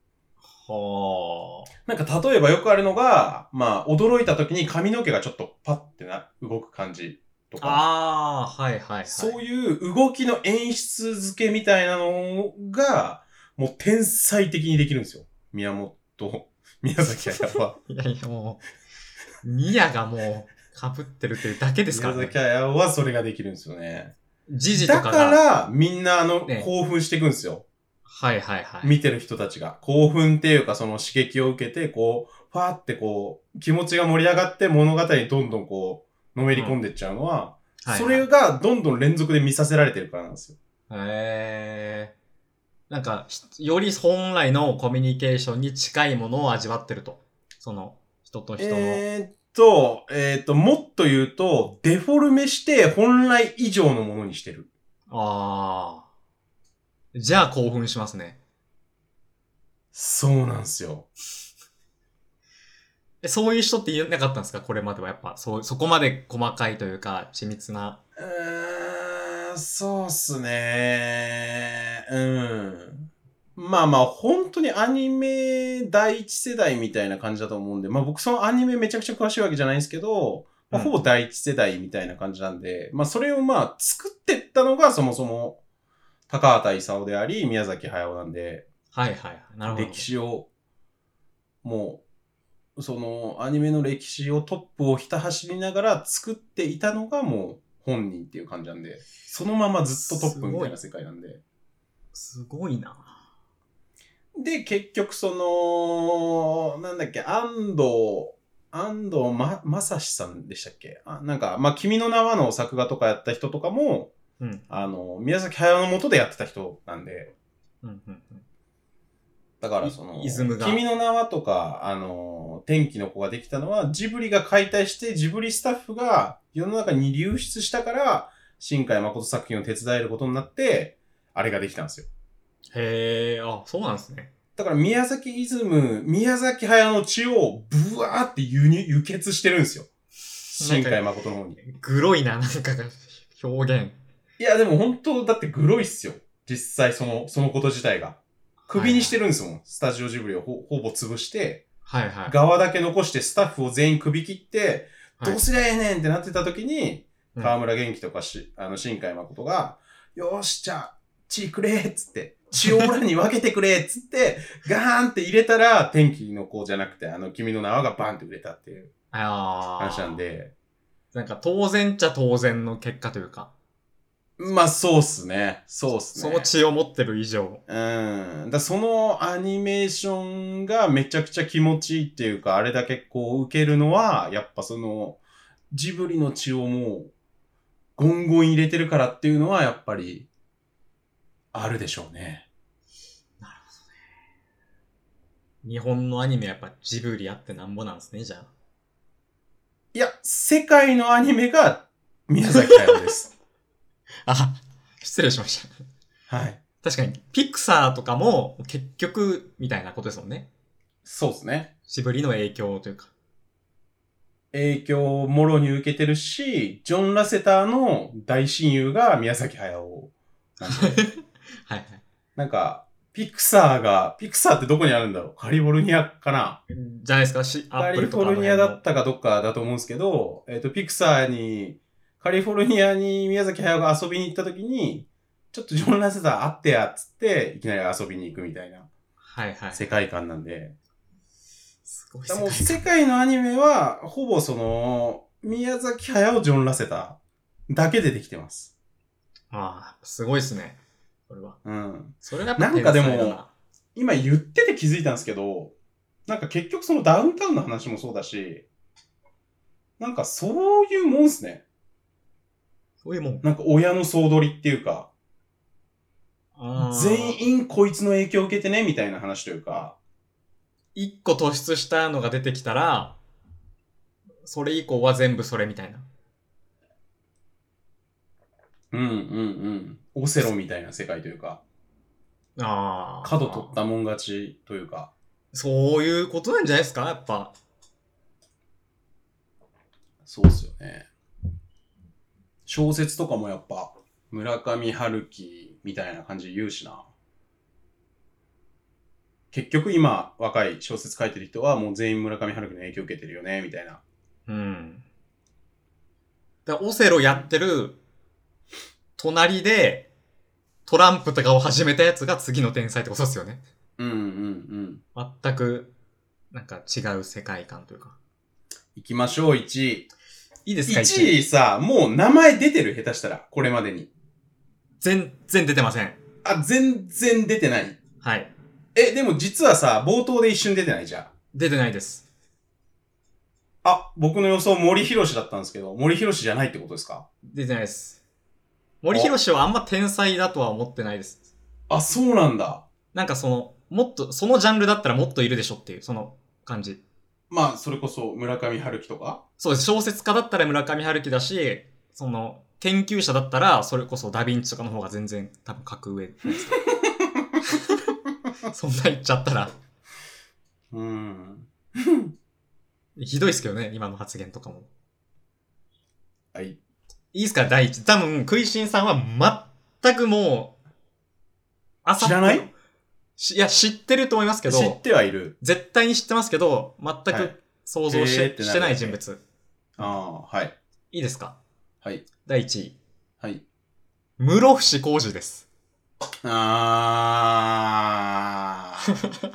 は
なんか例えばよくあるのが、まあ、驚いた時に髪の毛がちょっとパッてな、動く感じとか、
あ。ああー、はいはいはい。
そういう動きの演出付けみたいなのが、もう天才的にできるんですよ。宮本、 宮崎駿は。
いやいやもう、ミヤがもう、被ってるというだけ ですか
宮
らね
崎。駿はそれができるんですよね。
ジジと
だ
か
か
が。
ら、みんなあの、
ね
興奮していくんですよ。
はいはいはい。
見てる人たちが、興奮っていうかその刺激を受けて、こう、ファーってこう、気持ちが盛り上がって物語にどんどんこう、のめり込んでっちゃうのは、
はいはい
それがどんどん連続で見させられてるからなんですよ。
へえ。なんか、ひより本来のコミュニケーションに近いものを味わってると。その、人と人の。
えーっと、えーっと、もっと言うと、デフォルメして本来以上のものにしてる。
ああ。じゃあ興奮しますね。
そうなんですよ。
えそういう人っていなかったんですかこれまではやっぱ。そう、そこまで細かいというか、緻密な。
うーんそうっすねうん。まあまあ、本当にアニメ第一世代みたいな感じだと思うんで、まあ僕そのアニメめちゃくちゃ詳しいわけじゃないんですけど、まあ、
うん
ほぼ第一世代みたいな感じなんで、まあそれをまあ作ってったのがそもそも高畑勲であり、宮崎駿なんで、
はいはいはい。なるほど。
歴史を、もう、そのアニメの歴史をトップをひた走りながら作っていたのがもう本人っていう感じなんで、そのままずっとトップみたいな世界なんで。
すごいな。
で、結局その、なんだっけ、安藤、安藤ま、正史さんでしたっけあなんか、まあ、君の名はの作画とかやった人とかも、
うん。
あの、宮崎駿の下でやってた人なんで、
うんうんうん。
だからその、
イイズムが
君の名はとか、あの、天気の子ができたのは、ジブリが解体して、ジブリスタッフが世の中に流出したから、新海誠作品を手伝えることになって、あれができたんですよ。
へえ、あ、そうなんですね。
だから宮崎イズム、宮崎駿の血をブワーって輸入、輸血してるんですよ。新海誠の方に。
グロいな、なんかが、表現。
いや、でも本当、だってグロいっすよ。実際、その、そのこと自体が。首にしてるんですもん。スタジオジブリをほほぼ潰して。
はいはい。
側だけ残してスタッフを全員首切って、
はい
どうすりゃええねんってなってた時に、
うん
河村元気とかし、あの、新海誠が、よーし、じゃあ、血くれっつって、血をオラに分けてくれっつって、ガーンって入れたら、天気の子じゃなくて、あの、君の名はがバンって売れたっていう
ああ。
話なん。で、
なんか当然っちゃ当然の結果というか、
まあ、そうっすね。そうっす
そ
ね。
の血を持ってる以上。
うん。だからそのアニメーションがめちゃくちゃ気持ちいいっていうか、あれだけこう受けるのは、やっぱその、ジブリの血をもう、ゴンゴン入れてるからっていうのは、やっぱり、あるでしょうね。
日本のアニメやっぱジブリあってなんぼなんですね、じゃあ。
いや、世界のアニメが宮崎駿です。
あ、失礼しました。
はい。
確かに、ピクサーとかも結局みたいなことですもんね。
そうですね。
ジブリの影響というか。
影響をもろに受けてるし、ジョン・ラセターの大親友が宮崎駿なんで。
はいはい。
なんか、ピクサーが、ピクサーってどこにあるんだろうカリフォルニアかな
じゃないですか、しア
カ
ッ
リ
プルと
フ
か
ォルニアだ
の
ったかどっかだと思うんですけど、えっ、と、ピクサーに、カリフォルニアに宮崎駿が遊びに行った時に、ちょっとジョン・ラセター会ってや、っつって、いきなり遊びに行くみたいな
はいはい。
世界観なんで、
ごい
だからもう
世界
世界のアニメは、ほぼその、宮崎駿、ジョン・ラセタだけでできてます。
ああ、すごいっすね。これは。
うん。
それがやっぱ
なんかでも
天才だな
今言ってて気づいたんですけど、なんか結局そのダウンタウンの話もそうだし、なんかそういうもんっすね。
そういうもん。
なんか親の総取りっていうか、
あー
全員こいつの影響を受けてね、みたいな話というか、
一個突出したのが出てきたら、それ以降は全部それみたいな。
うんうんうん。オセロみたいな世界というか、
ああ。
角取ったもん勝ちというか、
そういうことなんじゃないですかやっぱ。
そうっすよね。小説とかもやっぱ、村上春樹みたいな感じで言うしな。結局今、若い小説書いてる人はもう全員村上春樹の影響を受けてるよね、みたいな。
うん。だからオセロやってる、隣で、トランプとかを始めたやつが次の天才ってことですよね。
うんうんうん。
全く、なんか違う世界観というか。
行きましょう、1位。
いいですか一
1位さ、もう名前出てる、下手したら。これまでに。
全然出てません。
あ、全然出てない。
はい。
え、でも実はさ、冒頭で一瞬出てないじゃん。
出てないです。
あ、僕の予想森博だったんですけど、森博じゃないってことですか
出てないです。森博はあんま天才だとは思ってないです。
あ、そうなんだ。
なんかその、もっと、そのジャンルだったらもっといるでしょっていう、その感じ。
まあ、それこそ村上春樹とか。
そうです。小説家だったら村上春樹だし、その、研究者だったら、それこそダヴィンチとかの方が全然多分格 上です。そんな言っちゃったら、
うーん。
ひどいですけどね、今の発言とかも。
はい。
いいっすか、第一。多分、クイシンさんは全くもう、朝
知らない
しいや、知ってると思いますけ
知っ
ど、
てはいる。
絶対に知ってますけど、全
は
く
い
想像し,、
へーってなる
してない人物。
ああー、はい。
いいですか
はい。
第1位。
はい。
室伏広治です。
あー。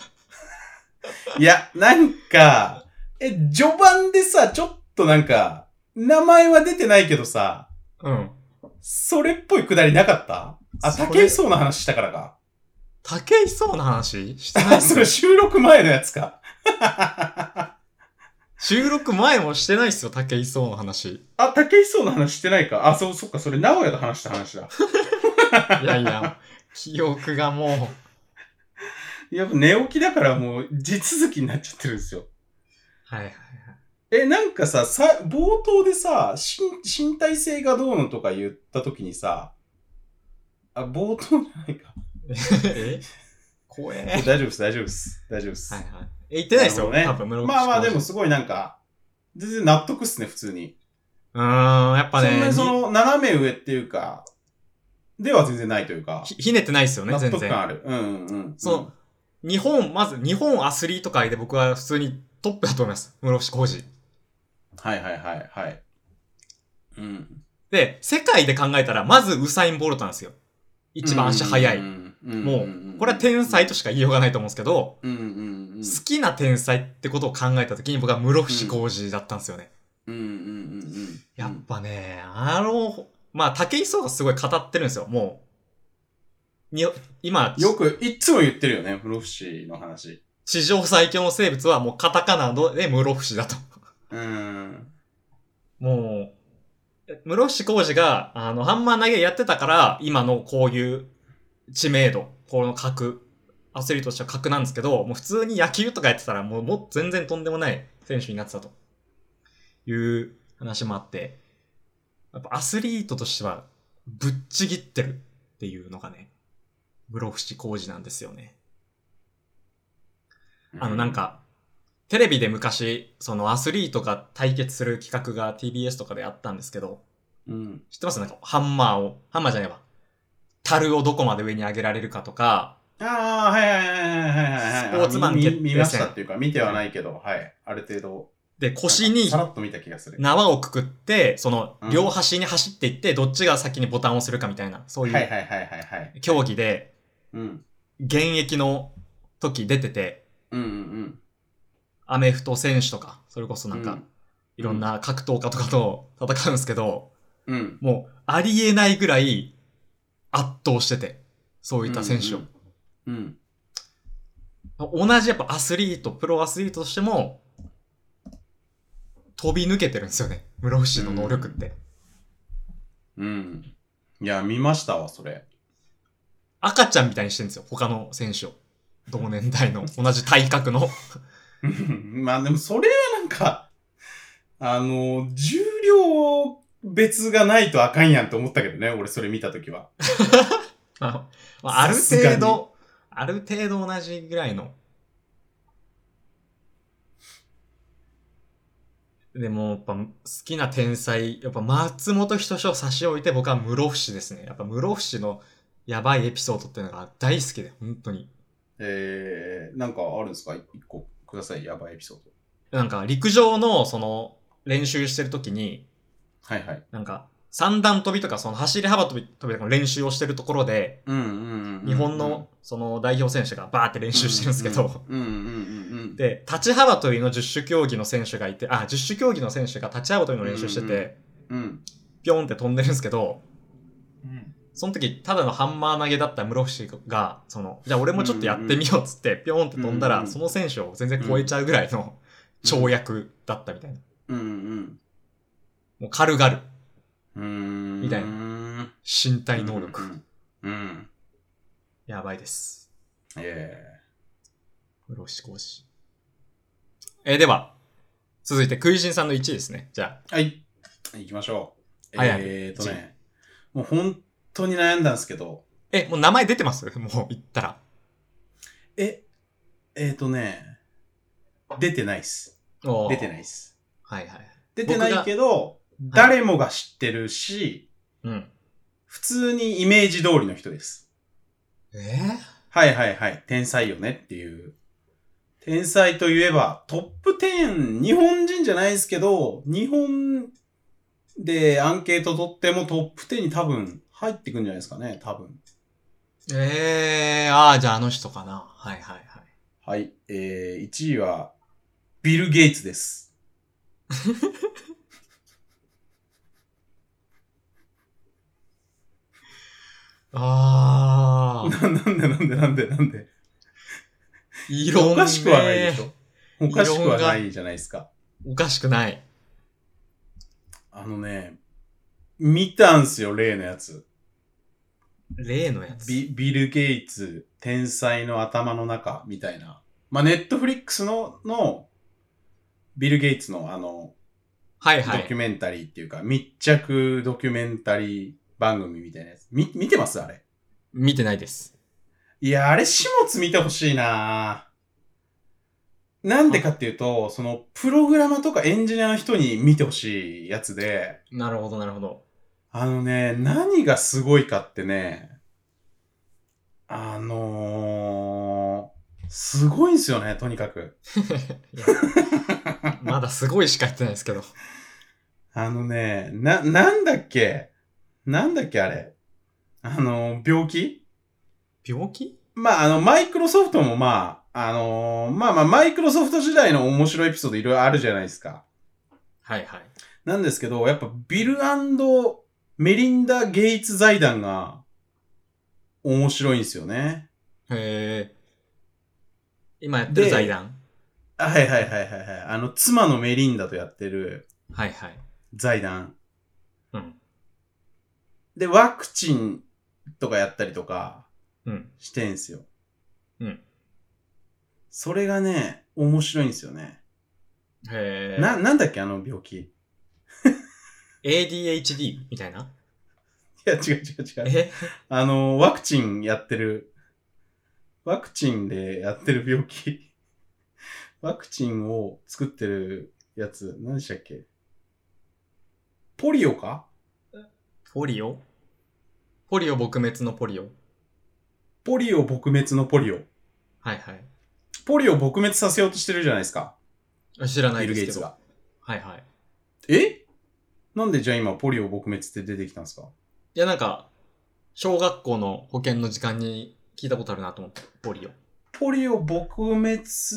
いや、なんか、え、序盤でさ、ちょっとなんか、名前は出てないけどさ、
うん。
それっぽいくだりなかったあ、
それ
竹井壮の話したからか。
竹井壮の話してないっす
そ
よ
れ収録前のやつか。
収録前もしてないっすよ、竹井壮の話。
あ、竹井壮の話してないか。あ、そう、そっか、それ、名古屋と話した話だ。
いやい や、記憶がもう。
やっぱ寝起きだからもう、地続きになっちゃってるんですよ。
はい はい。
え、なんかさ、さ、冒頭でさ、身、身体性がどうのとか言った時にさ、あ、冒頭じゃないか。
え怖え。
大丈夫です、大丈夫です。大丈夫です。
はいはい。え、言ってないっすよ、
なる
多
ほ
分、室伏
まあまあ、でも
広
すごいなんか、全然納得っすね、普通に。
治うーん、やっぱ
そんな
ね、
にそ
ひ
の、斜め上っていうか、では全然ないというか、
ひひねってないっすよね、
納
全
得感
然。
ある。うんうんうん。
その、日本、まず、日本アスリート界で僕は普通にトップだと思います。室伏広治。
はいはいはいはい。うん。
で、世界で考えたら、まずウサイン・ボルトなんですよ。一番足速い。
ん。
もう、これは天才と
し
しか言いようがないと思うんですけど、
うんうんうん。
好きな天才ってことを考えた時に僕は室伏広治だったんですよね。
うんうんうんうん。
やっぱね、あの、まあ、竹井壮がすごい語ってるんですよ、もう。に今、
よく、いっつも言ってるよね、室伏の話。
史上最強の生物はもうカタカナで室伏だと。
うーん。
もう、室伏広治が、あの、ハンマー投げやってたから、今のこういう知名度、この格、アスリートとしては格なんですけど、もう普通に野球とかやってたら、もう、もう全然とんでもない選手になってたと。いう話もあって、やっぱアスリートとしては、ぶっちぎってるっていうのがね、室伏広治なんですよね。あのなん。か、テレビで昔、そのアスリートが対決する企画が TBS とかであったんですけど、
うん。
知ってますなんかハンマーを、ハンマーじゃねえわ。樽をどこまで上に上げられるかとか、
ああ、はいはいはいはいはいは
ス
い。
ポーツマン
あ見
決定戦
見ましたっていうか、見てはないけど、はい。ある程度。
で、腰に
さらっと見た気がする。
縄をくくって、その
うん
両端に走っていって、どっちが先にボタンを押せるかみたいな、そう
は
い
いはいうはいはいはい。
競技で、
うん。
現役の時出てて、
うんうんうん。
アメフト選手とか、それこそなんか、
うん
いろんな格闘家とかと戦うんですけど、
うん。
もうありえないぐらい圧倒してて、そういった選手を。
うん。
同じやっぱアスリート、プロアスリートとしても、飛び抜けてるんですよね。室伏の能力って。
うん。いや、見ましたわ、それ。
赤ちゃんみたいにしてるんですよ。他の選手を。同年代の、同じ体格の。
まあでも、それはなんか、あの、重量別がないとあかんやんって思ったけどね、俺それ見たときは。
まあ、ある
さすが
程
に
度、ある程度同じぐらいの。でも、やっぱ、好きな天才、やっぱ、松本人志を差し置いて、僕は室伏ですね。やっぱ、室伏のやばいエピソードっていうのが大好きで、本当に。
えー、なんかあるんですか一個ください、やばいエピソード。
なんか、陸上の、その、練習してるときに、
はいはい。
なんか、三段飛びとか、その、走り幅跳び、飛びとかの練習をしてるところで、
うんうんうんうん。
日本の、その、代表選手がバーって練習してるんですけど、
うんうんうんうん。
で、立ち幅跳びの十種競技の選手がいて、あ、十種競技の選手が立ち幅跳びの練習して
うんうん
て、
うん。
ぴょんって飛んでるんですけど、
うん。
その時、ただのハンマー投げだった室伏が、その、じゃあ俺もちょっとやってみようっつって、ぴょんって飛んだ
うん
ら、
うん
その選手を全然超えちゃうぐらいの跳躍だったみたいな。
うんうん
もう軽々、
うん。うん。
みたいな
な。
身体能力。
うんうん。うん。
やばいです。
ええ
室伏講師。えーでは、続いて、クイジンさんの1位ですね。じゃあ、
はい。行きましょう。
はいはい
えーとね、もう本当に悩んだんですけど、
え、もう名前出てます もう言ったら。
え、えーとね、出てないっす。出て
い。
ないっす。
はいはい。
出てないけど、
僕が
誰もが知ってるし、
うん。
普通にイメージ通りの人です。
えー
はいはいはい。天才よねっていう。天才といえば、トップ10、日本人じゃないですけど、日本でアンケート取ってもトップ10に多分入ってくんじゃないですかね、多分。
ええー、ああ、じゃああの人かな。はいはいはい。
はい。えー、1位は、ビル・ゲイツです。
ああ、
ななんでなんでなんでなんで。
異論、ね、
おかしくはないでしょ。。おかしくは
異論が
ないじゃないですか。
おかしくない。
あのね、見たんすよ、例のやつ。
例のやつ。
ビビル・ゲイツ、天才の頭の中、みたいな。まあ、ネットフリックスの、の、ビル・ゲイツのあの、
はい
ド
は
キュ
い。
メンタリーっていうか、密着ドキュメンタリー番組みたいなやつ。み、見てますあれ。
見てないです。
いや、あれ、始末見てほしいななんでかっていうと、その、プログラマーとかエンジニアの人に見てほしいやつで、
なるほどなるほど。
あのね、何がすごいかってね、あのー、すごいんすよね、とにかく。
い やまだすごいしか言ってないですけど。
あのね、な、なんだっけなんだっけ、あれ。あのー、病気
病気
まあ、あの、マイクロソフトもまあ、あのーまあまあ、マイクロソフト時代の面白いエピソードいろいろあるじゃないですか。
はいはい。
なんですけど、やっぱビルメリンダ・ゲイツ財団が面白いんですよね。
へえ。今やってる
で
財団
はいはいはいはいはい。あの、妻のメリンダとやってる
はいはい。
財団。
うん。
で、ワクチンとかやったりとか
うん。
してんすよ。
うん。
それがね、面白いんですよね。
へえ。
な、なんだっけあの病気。 い
ADHD みたいな
や、違う違う違う。
え
あの、ワクチンやってる、ワクチンでやってる病気。 ワクチンを作ってるやつ、何でしたっけポリオか
ポリオポリオ撲滅のポリオ。
ポリオ撲滅のポリオ。
はいはい。
ポリオ撲滅させようとしてるじゃないですか。
あ知らな
ビ
い
ル・
です
ゲイ
け
ツ
ど。
が。
はいはい。
えなんでじゃあ今ポリオ撲滅って出てきたんですか
いやなんか、小学校の保健の時間に聞いたことあるなと思って、ポリオ。
ポリオ撲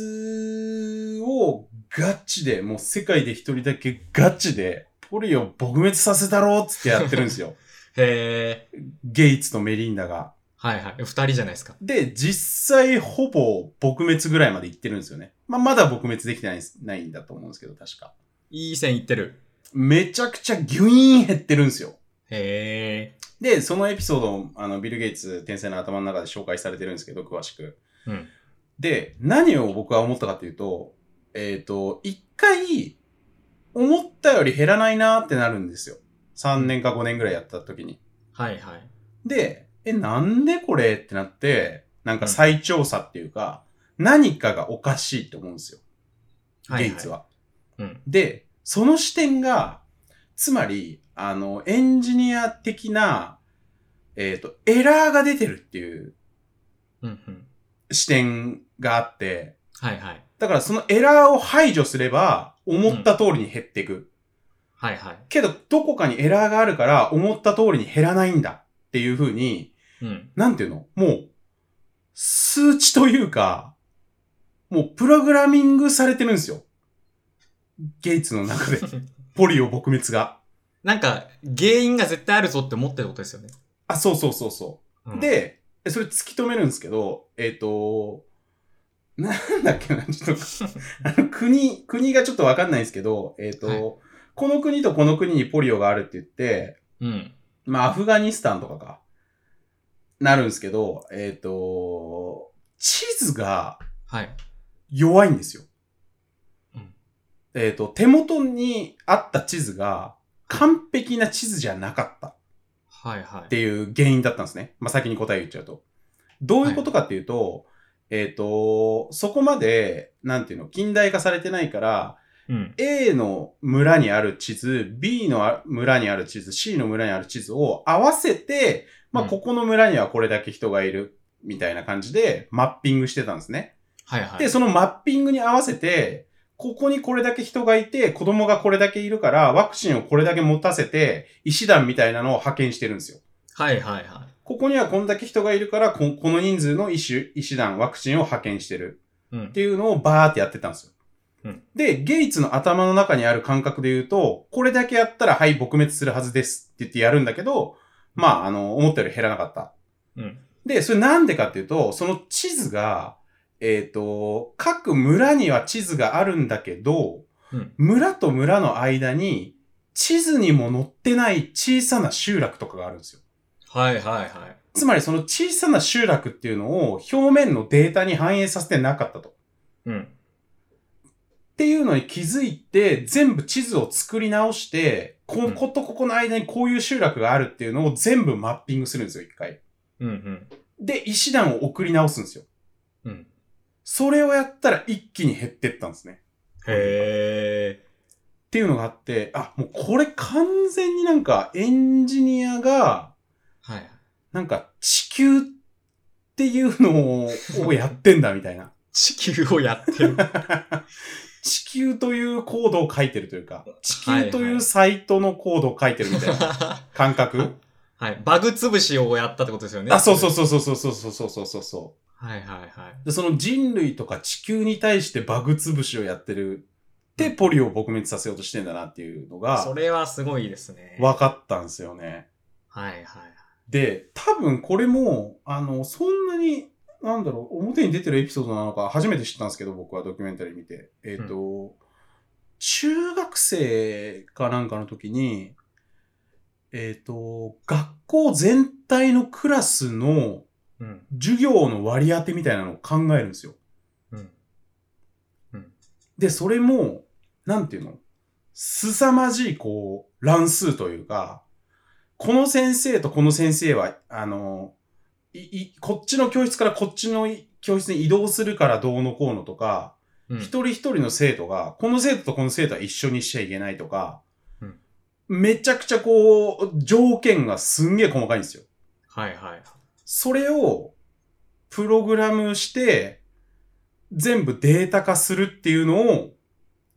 滅をガチで、もう世界で一人だけガチで、ポリオ撲滅させたろうっつってやってるんで すよ。
へえ。
ゲイツとメリンダが。
はいはい。二人じゃないですか。
で、実際ほぼ撲滅ぐらいまで行ってるんですよね。まあ、まだ撲滅できてないですないんだと思うんですけど、確か。
いい線いってる。
めちゃくちゃギュイーン減ってるんですよ。
へえ。
で、そのエピソードを、あの、ビル・ゲイツ天才の頭の中で紹介されてるんですけど、詳しく。
うん。
で、何を僕は思ったかというと、えっ、と、一回、思ったより減らないなーってなるんですよ。3年か5年ぐらいやった時に。
はいはい。
で、え、なんでこれってなって、なんか再調査っていうか、何かがおかしいと思うんですよ。
はい
ゲ
い
イツは。
うん。
で、その視点が、つまり、あの、エンジニア的な、えっ、と、エラーが出てるっていう
うんうん。
視点があって、
はいはい。
だからそのエラーを排除すれば、思った通りに減っていく。
はいはい。
けど、どこかにエラーがあるから、思った通りに減らないんだっていう風に、
うん。
なんていうのもう、数値というか、もうプログラミングされてるんですよ。ゲイツの 中で、ポリオ撲滅が。
なんか、原因が絶対あるぞって思ってることですよね。
あ、そうそうそうそうう。
ん、
で、それ突き止めるんですけど、えっ、と、なんだっけな、ち ょっと、あの国、国がちょっとわかんないんですけど、えっ、と、
はい
この国とこの国にポリオがあるって言って、
うん。
まあ、アフガニスタンとかか、なるんですけど、えっ、と、地図が
はい。
弱いんですよ。
うん
えっ、と、手元にあった地図が完璧な地図じゃなかった。
はいは
っ
い。
ていう原因だったんですね。まあ、先に答え言っちゃうと。どういうことかっていうと、えっ、と、そこまで、なんていうの、近代化されてないから、
うん。
A の村にある地図、B のあ村にある地図、C の村にある地図を合わせて、まあ、
うん
ここの村にはこれだけ人がいる、みたいな感じでマッピングしてたんですね。
はいはい。
で、そのマッピングに合わせて、ここにこれだけ人がいて、子供がこれだけいるから、ワクチンをこれだけ持たせて、医師団みたいなのを派遣してるんですよ。
はいはいは
ここにはこんだけ人がいるから、ここの人数の医師、医師団、ワクチンを派遣してる
い。う
っ
ん。
ていうのをバーってやってたんです
う
よ。
ん
で、ゲイツの頭の中にある感覚で言うと、これだけやったら、はい、撲滅するはずですって言ってやるんだけど、まあ、あの、思ったより減らなかった。
うん。
で、それなんでかっていうと、その地図が、えっ、と、各村には地図があるんだけど、
うん
村と村の間に、地図にも載ってない小さな集落とかがあるんですよ。
はいはいはい。
つまりその小さな集落っていうのを表面のデータに反映させてなかったと。っ
うん。
ていうのに気づいて、全部地図を作り直して、こ
うん
ことここの間にこういう集落があるっていうのを全部マッピングするんですよ、一回。
うんうん。
で、医師団を送り直すんですよ。
うん。
それをやったら一気に減ってったんですね。
へえ。
っていうのがあって、あ、もうこれ完全になんかエンジニアが、
はいはい。
なんか地球っていうのををやってんだみたい な。
地球をやってる。
地球というコードを書いてるというか、地球と
はい
い
は
う
い
サイトのコードを書いてるみたいな 感覚、
はい。バグ潰しをやったってことですよ ね。
あ、そうそう
う。
そうそうそうそうそうそうそうそ
はいはいは
うで。その人類とか地球に対してバグ潰しをやってるってポリオを撲滅させようとしてんだなっていうの
い。そ
が
れはすごいですね。
分かったんですよね。
はいはい。
で、多分これも、あの、そんなに、なんだろう、表に出てるエピソードなのか初めて知ったんですけど、僕はドキュメンタリー見て。えっ、と、中学生かなんかの時に、えっ、と、学校全体のクラスの
うん。
授業の割り当てみたいなのを考えるんですよ。
うん。
で、それも、なんていうの凄まじい、こう、乱数というか、この先生とこの先生は、あの、い、い、こっちの教室からこっちのい教室に移動するからどうのこうのとか、
うん
一人一人の生徒が、この生徒とこの生徒は一緒にしちゃいけないとか、
うん
めちゃくちゃこう、条件がすんげえ細かいんですよ。
はいはい。
それをプログラムして全部データ化するっていうのを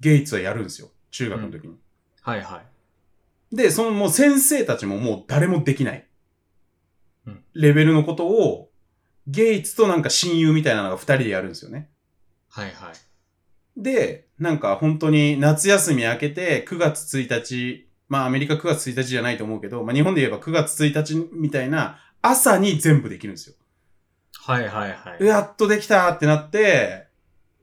ゲイツはやるんですよ。中学の時に。
はいはい。
で、そのもう先生たちももう誰もできない
うん。
レベルのことをゲイツとなんか親友みたいなのが2人でやるんですよね。
はいはい。
で、なんか本当に夏休み明けて9月1日、まあアメリカ9月1日じゃないと思うけど、まあ日本で言えば9月1日みたいな朝に全部できるんですよ。
はいはいはい。
やっとできたってなって、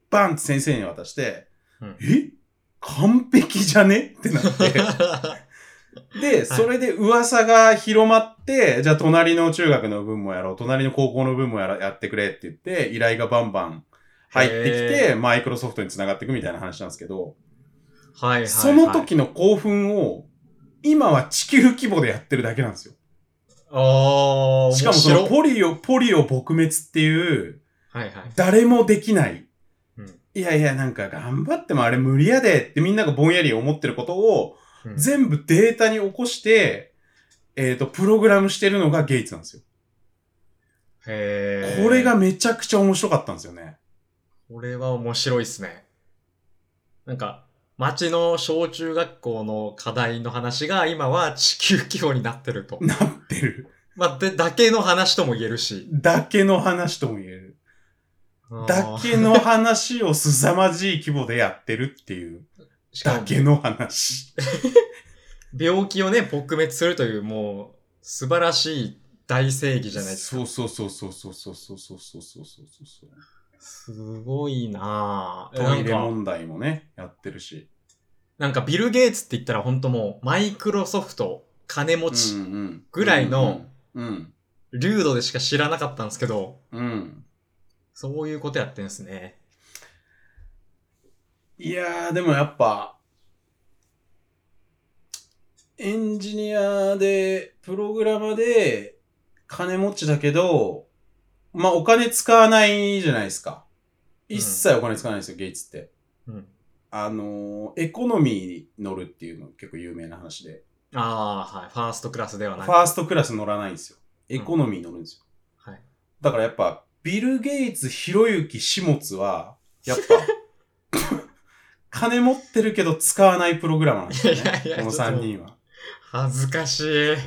バンって先生に渡して、
うん
え完璧じゃねって なって。で、それで噂が広まって、じゃあ隣の中学の分もやろう、隣の高校の分もやらやってくれって言って、依頼がバンバン入ってきて、マイクロソフトに繋がっていくみたいな話なんですけど、
はいはいはい。
その時の興奮を、今は地球規模でやってるだけなんですよ。
ああ、
しかもその
面白
ポリオ、ポリオ撲滅っていう、
はいはい。
誰もできない。
うん
いやいや、なんか頑張ってもあれ無理やでってみんながぼんやり思ってることを、
うん
全部データに起こして、えっ、と、プログラムしてるのがゲイツなんですよ。
へー
これが、めちゃくちゃ面白かったんですよね。
これは面白いっすね。なんか、町の小中学校の課題の話が今は地球規模になってると。
なってる。
まあ、で、だけの話とも言えるし。
だけの話とも言える。だ
あー
けの話を凄まじい規模でやってるっていう。
しか
だ
も
けの話。
病気をね、撲滅するという、もう、素晴らしい大正義じゃないですか。
そうそうそうそうそうそうそうそうそうそうそうそう。
すごいなぁ。
トイレ
なんか
問題もね、やってるし。
なんかビル・ゲイツって言ったら本当もう、マイクロソフト、金持ち、
うんうん
ぐらいの。
うん
流度でしか知らなかったんですけど、
うん。うん。
そういうことやってんですね。
いやー、でもやっぱ、エンジニアで、プログラマーで、金持ちだけど、まあお金使わないじゃないですか。一切お金使わないんですよ、ゲイツって。
うん。
あのーエコノミーに乗るっていうの結構有名な話で。
ああ、はい。ファーストクラスではない。
ファーストクラス乗らないんですよ。エコノミー乗るんですよ。
はい。
だからやっぱ、ビル・ゲイツ、ひろゆき、しもつは、やっ ぱ、金持ってるけど使わないプログラマーなんですよね。
いやいや
この
ちょっと
3人は。
恥ずかしい。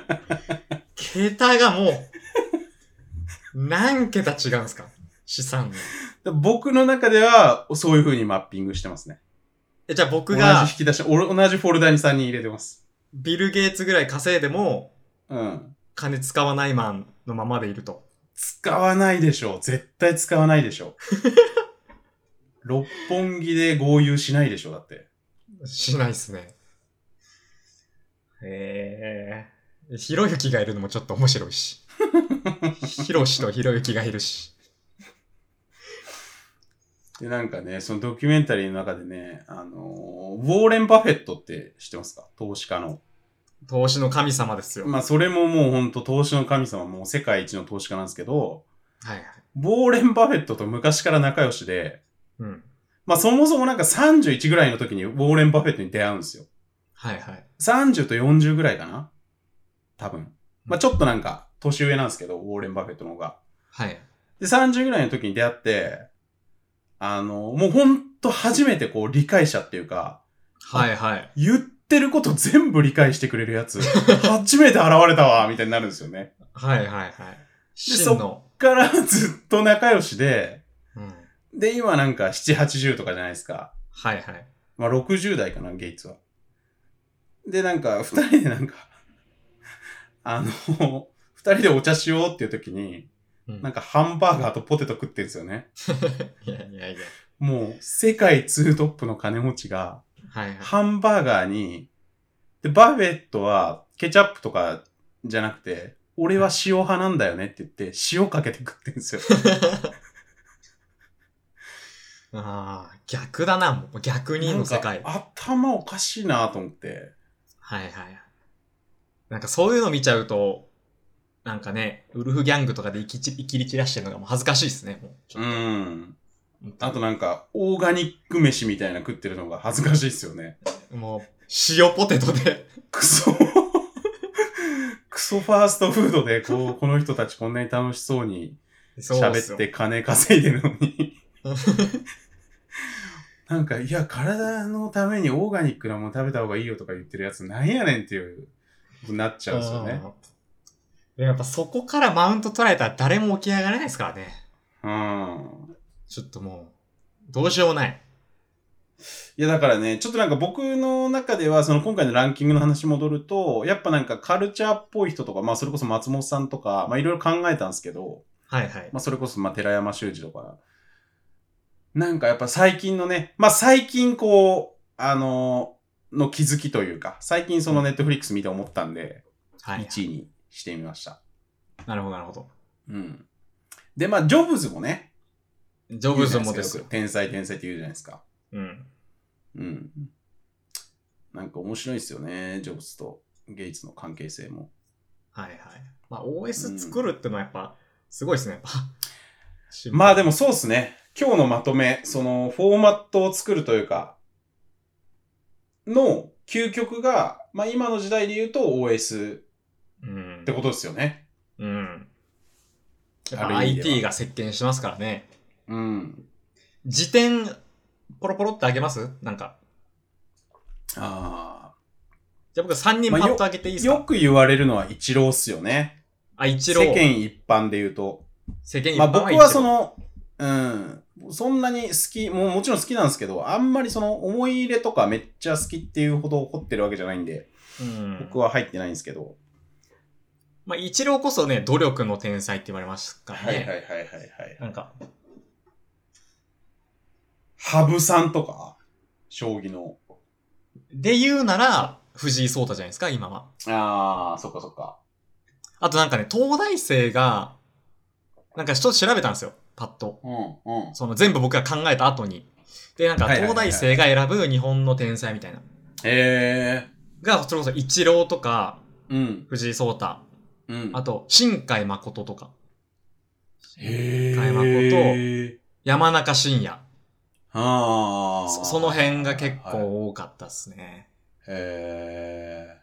桁がもう、何桁違うんですか資産の。
だから僕の中では、そういう風にマッピングしてますね。
え、じゃあ僕
同じ
が
引、き出し、お同じフォルダに3人入れてます。
ビル・ゲイツぐらい稼いでも、
うん。
金使わないマンのままでいると。
使わないでしょう。絶対使わない でしょう。六本木で合流しないでしょう、だって。
しないっすね。へえ。ひろゆきがいるのもちょっと面白い し。ひろしとひろゆきがいるし。
で、なんかね、そのドキュメンタリーの中でね、あのーウォーレン・バフェットって知ってますか投資家の。
投資の神様ですよ。
まあそれももうほんと投資の神様、もう世界一の投資家なんですけど、
はいはい。
ボーレン・バフェットと昔から仲良しで、
うん。
まあそもそもなんか31ぐらいの時にボーレン・バフェットに出会うんですよ。
はいはい。
30と40ぐらいかな多分。まあちょっとなんか年上なんですけど、ウォーレン・バフェットの方が。
はい。
で、30ぐらいの時に出会って、あの、もうほんと初めてこう理解者っていうか、
はいはい。
言ってること全部理解してくれるやつ、初めて現れたわみたいになるんですよね。
はいはいはい。真の。
からずっと仲良しで、
うん。
で、今なんか7、80とかじゃないですか。
はいはい。
まあ60代かな、ゲイツは。で、なんか二人でなんか、あの、二人でお茶しようっていう時に、
うん
なんかハンバーガーとポテト食ってるんですよね。
いやいやいや。
もう世界ツートップの金持ちが、
はいはい。
ハンバーガーに、で、バフェットはケチャップとかじゃなくて、俺は塩派なんだよねって言って、塩かけて食ってる んですよ。
ああ、逆だな、もう逆にの世界。
なんか頭おかしいなと思って。
はいはいはい。なんかそういうの見ちゃうと、なんかね、ウルフギャングとかで生きち生きり散らしてるのがもう恥ずかしいですね、もうちょ
う
っと。
ん。
本当
あとなんか、オーガニック飯みたいな食ってるのが恥ずかしいっすよね。
もう、塩ポテトで。
クソ。クソファーストフードで、こう、この人たちこんなに楽しそうに
そう
喋っ
すよ。
て金稼いでるのに。なんか、いや、体のためにオーガニックなもの食べた方がいいよとか言ってるやつなんやねんっていう、なっちゃうんですよね。
うんでもやっぱそこからマウント取られたら誰も起き上がれないですからね。
うん。
ちょっともう、どうしようもない。
いやだからね、ちょっとなんか僕の中では、その今回のランキングの話戻ると、やっぱなんかカルチャーっぽい人とか、まあそれこそ松本さんとか、まあいろいろ考えたんですけど、
はいはい。
まあそれこそまあ寺山修司とか、なんかやっぱ最近のね、まあ最近こう、あのの気づきというか、最近そのネットフリックス見て思ったんで、
はい、
1位にしてみました。
なるほどなるほど。
うん。で、まあジョブズもね、
ジョブズもです
よ
よ
く。天才天才って言うじゃないですか。
うん。
うん。なんか面白いですよね、ジョブズとゲイツの関係性も。
はいはい。まあ OS 作るってのはやっぱ、すごいですね、やっぱ。
まあでもそうっすね。今日のまとめ、そのフォーマットを作るというか、の究極が、まあ今の時代で言うと OS
うん。
ってことですよね。
うん。やっ
あ
ぱ
る意味では
IT が席巻してますからね。
うん。
辞典、ポロポロってあげますなんか。
あ
じゃあ僕3人パッとあげていい
あ。
ですか、
よく言われるのは一郎っすよね。
あ、一
世
郎。世間。
間一般で言うと。
一般
まあ僕はそ
一郎、
の、うん、そんなに好き、もうもちろん好きなんですけど、あんまりその思い入れとかめっちゃ好きっていうほど怒ってるわけじゃないんで、
うん、
僕は入ってないんですけど。
まあ、一郎こそね、努力の天才って言われますからね。
いはいはい。
なんか、
羽生さんとか、将棋の。
で言うなら、藤井聡太じゃないですか、今は。
ああ、そっかそっか。
あとなんかね、東大生が、なんかちょっと調べたんですよ、パッと。
うんうん。
その全部僕が考えた後に。で、なんか
はいはいは
東
いはい
大生が選ぶ日本の天才みたいな。
へえ。
が、それこそ一郎とか、
うん。
藤井聡太、
うん。
あと、新海誠とか、
へえ。
加山
こと。
山中伸也。
ああ。
そその辺が結
はいはい
構多かったっすね。
へえ。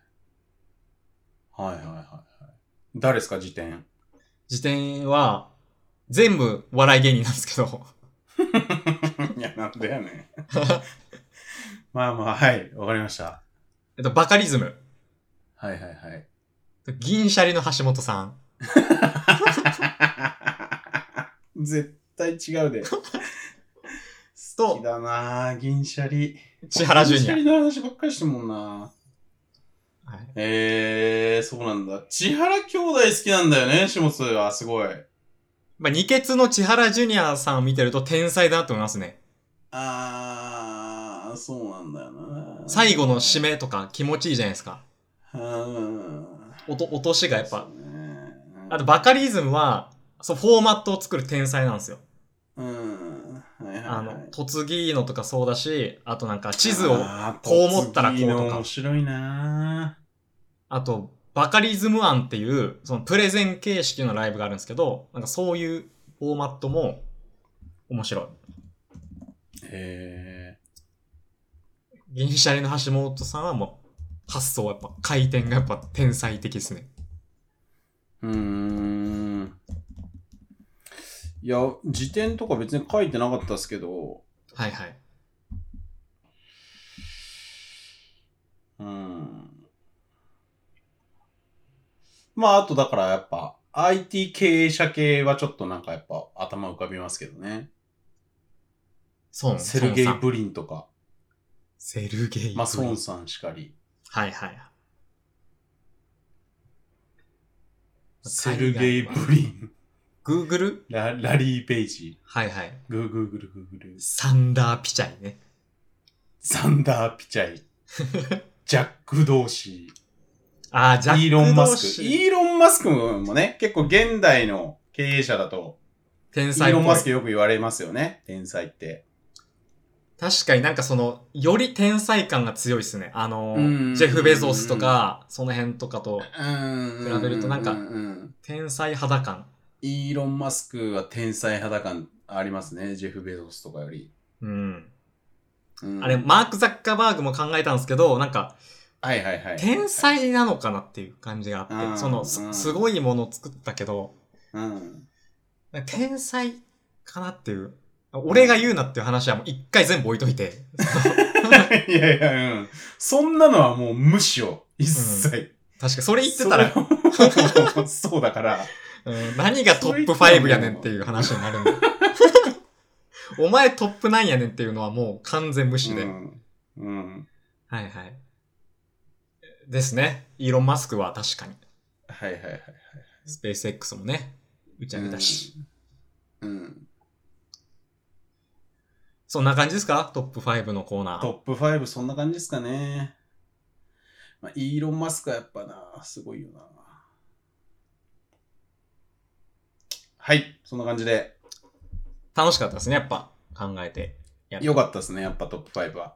はいはいはいはい。誰ですか、辞典。
辞典は、全部笑い芸人なんですけど、
いや、なん だよね。まあまあ、はい、わかりました。
えっと、バカリズム。
はいはいはい。
銀シャリの橋本さん。
絶対違う で。好き
と、
だなぁ、銀シャリ。
千原ジュ
銀シャ
ニ
リの話ばっかりしてもんな
ア。はい
えー、そうなんだ。千原兄弟好きなんだよね、下津は、すごい。
まあ、二欠の千原ジュニアさんを見てると天才だなと思いますね。
あー、そうなんだよな
最後の締。めとか気持ちいいじゃないですか。
うーん。
おと、落としがやっぱ
そ。うね
あと、バカリズムは、そう、フォーマットを作る天才なんですよ。
うん。はいはいはい、
あの、嫁ぎのとかそうだし、あとなんか地図を、あ
あー
こう思ったらこうとか
突撃の面白いな
と、バカリズム案っていう、そのプレゼン形式のライブがあるんですけど、なんかそういうフォーマットも面白い。
ぁへ
銀シャリの橋本さんはもう、発想はやっぱ、回転がやっぱ天才的ですね。
ーうーん。いや、辞典とか別に書いてなかったですけど、
はいはい。
うん。まあ、あとだからやっぱ、IT 経営者系はちょっとなんかやっぱ頭浮かびますけどね。
孫
セルゲイ
孫・さん
ブリンとか、
セルゲイ・
まあ、
ブ
ソ
リン
ンさんしかり。
はいはい。
セルゲイ・ブリン、
Google?
ララリー・ペイジ、
はいはい。
グーグーグルグーグル、
サンダー・ピチャイね。
サンダー・ピチ ャイ、ジャック・ドーシ
ああ、ジャッ
ー、
ク・
イーロン・マ
同
スク。
士
イーロン・マスクもね、結構現代の経営者だと、
天
イ
才
ー
っぽ
ロ
い
ン・マスクよく言われますよね、天才って。
確かになんかその、より天才感が強いですね。あの
う
ー、
ん
ジェフ・ベゾスとか、その辺とかと、
比
比べるとなんか天才肌感。
イーロン・マスクは天才肌感ありますね、ジェフ・ベゾスとかより。
うん。
うん
あれ、マーク・ザッカーバーグも考えたんですけど、なんか、
はいはいはい。
天才なのかなっていう感じがあっ
うん
て、その、
う
す
ん
すごいものを作ったけど、
うん。
天才かなっていう。俺が言うなっていう話はもう一回全部置いといて。
いやいや、うん。そんなのはもう無視を、一切。
確かそれ言ってた ら、
それそう だから、
うん何がトップ5やねんっていう話にな るんだよお前トップ9やねんっていうのはもう完全無視で。
うんうん。
はいはい。ですね。イーロン・マスクは確かに。
はいはいはい。
スペース X もね、打ち上げたし。
うん。
そんな感じですかトップ5のコーナー。
トップ5そんな感じですかね。まあ、イーロン・マスクはやっぱな、すごいよな。はい、そんな感じで。
楽しかったですね、やっぱ。考えて。
よかったですね、やっぱトップ5は。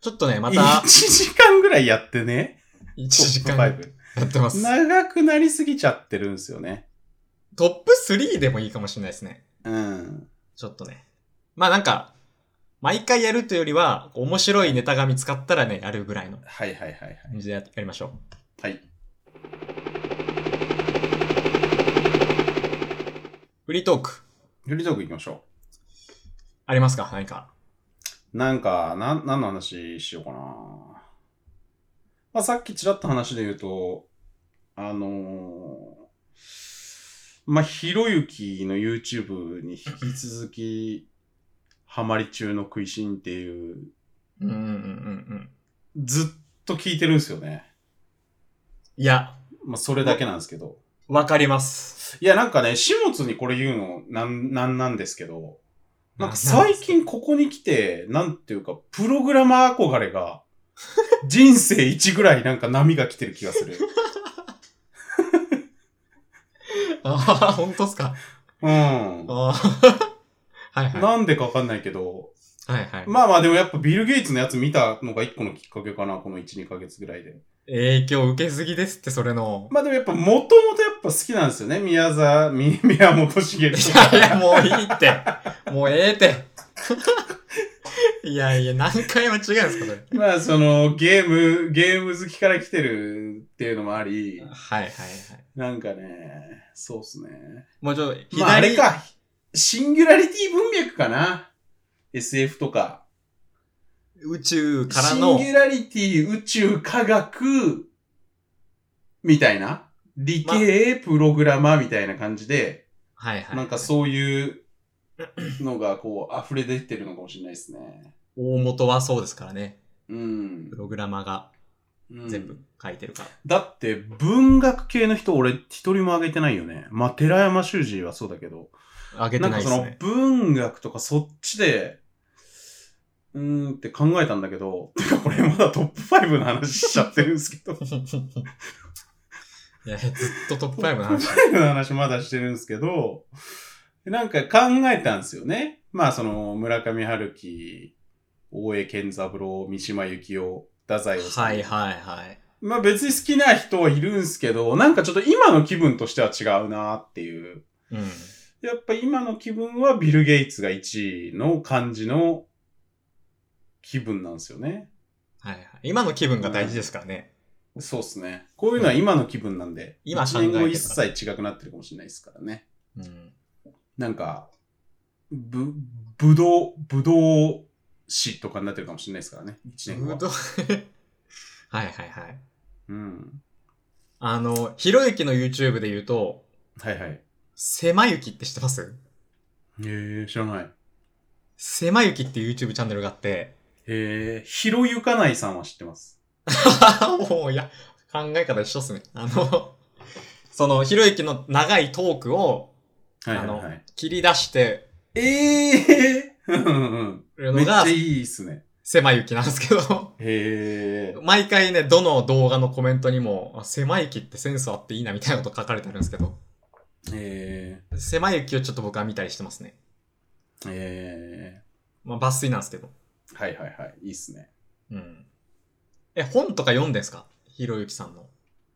ちょっと ね、ま
ま
た
1時間ぐらいやってね。
1時間
ト
や
ップ
ってます
5。。長くなりすぎちゃってるんですよね。
トップ3でもいいかもしれないですね。
うん。
ちょっとね。まあなんか、毎回やるというよりは、面白いネタが見つかったらね、やるぐらいの
はいはいはいはい。
感じでやってやりましょう。
はい。
フリートーク、
フリートーク行きましょ
ありますか何か。
う。なんか、なん、何の話しようかな。まあ、さっきちらっと話で言うと、あのーまあ、ひろゆきの YouTube に引き続き、ハマり中の食いしんっていう、
うんうんうんうんうん。
ずっと聞いてるんですよね。
いや、
まあ、それだけなんですけど。
わかります。
いや、なんかね、始末にこれ言うの、なん、なんなんですけど、なんか最近ここに来て、なんていうか、プログラマー憧れが、人生一ぐらいなんか波が来てる気がする。
ああ、本当っすか。
うん。
あー はいはい。
なんでかわかんないけど、
はいはい。
まあまあでもやっぱビル・ゲイツのやつ見たのが一個のきっかけかな、この1、2ヶ月ぐらいで。
影響受けすぎですって、それの。
まあでもやっぱもともとやっぱ好きなんですよね、宮沢、み宮本茂とか。
いやいや、もういいって。もうええ って。いやいや、何回も違うんですか、それ。
まあその、ゲーム、ゲーム好きから来てるっていうのもあり、
はいはいはい。
なんかね、そうっすね。
もうちょっと、左、
まあ、あれか、シンギュラリティ文脈かな。SF とか。
宇宙から
シン
の
ギュラリティ宇宙科学、みたいな。理系、プログラマーみたいな感じで、
はいはい。
なんかそういうのがこう溢れ出てるのかもしれないですね。
大元はそうですからね。
うん
プ。ログラマーが
うん
全部。書いてるから。
だって文学系の人俺一人も挙げてないよね。まあ、寺山修司はそうだけど。
あ、げてないです
なんか
ね。
その文学とかそっちで、うーんって考えたんだけど、 てかこれまだトップ5の話しちゃってるんですけ ど、ト
いや、ずっとトップ5の
ップ
話。
5の話まだしてるんですけど、なんか考えたんですよね。まあその村上春樹、大江健三郎、三島由紀夫、太宰治。
はいはいはい。
まあ別に好きな人はいるんですけど、なんかちょっと今の気分としては違うなっていう。
うん。
やっぱ今の気分はビル・ゲイツが1位の感じの気分なんですよね。
はいはい。今の気分が大事ですからね。
そうっすね。こういうのは今の気分なんで、
今
1年
考
後
えて
一
るから
切違くなってるかもしれないですからね。
うん。
なんか、ぶ、ぶどう、ぶどう史とかになってるかもしれないですからね。1年後
う
は。
どん はいはいはい。
うん。
あの、ひろゆきの YouTube で言うと、
はいはい。へ
狭ゆきって知ってます
え、知らない。
狭ゆきっていう YouTube チャンネルがあって、
へえ、ひろゆかないさんは知ってます。
もういや、考え方一緒っすね。あの、 その、ひろゆきの長いトークを
はいはいはい。
切り出して
ええー
る
め
の
っちゃ
が
いいっすね。
狭ゆきなんですけど、
へえ。
毎回ね、どの動画のコメントにも、あ狭ゆきってセンスあっていいなみたいなこと書かれてあるんですけど、
え
狭ゆきをちょっと僕は見たりしてますね。
ー、え
まあ、抜粋なんですけど。
ー、はいはいはい、いいっすね。
うん。え、本とか読んでんすかひろゆきさんの。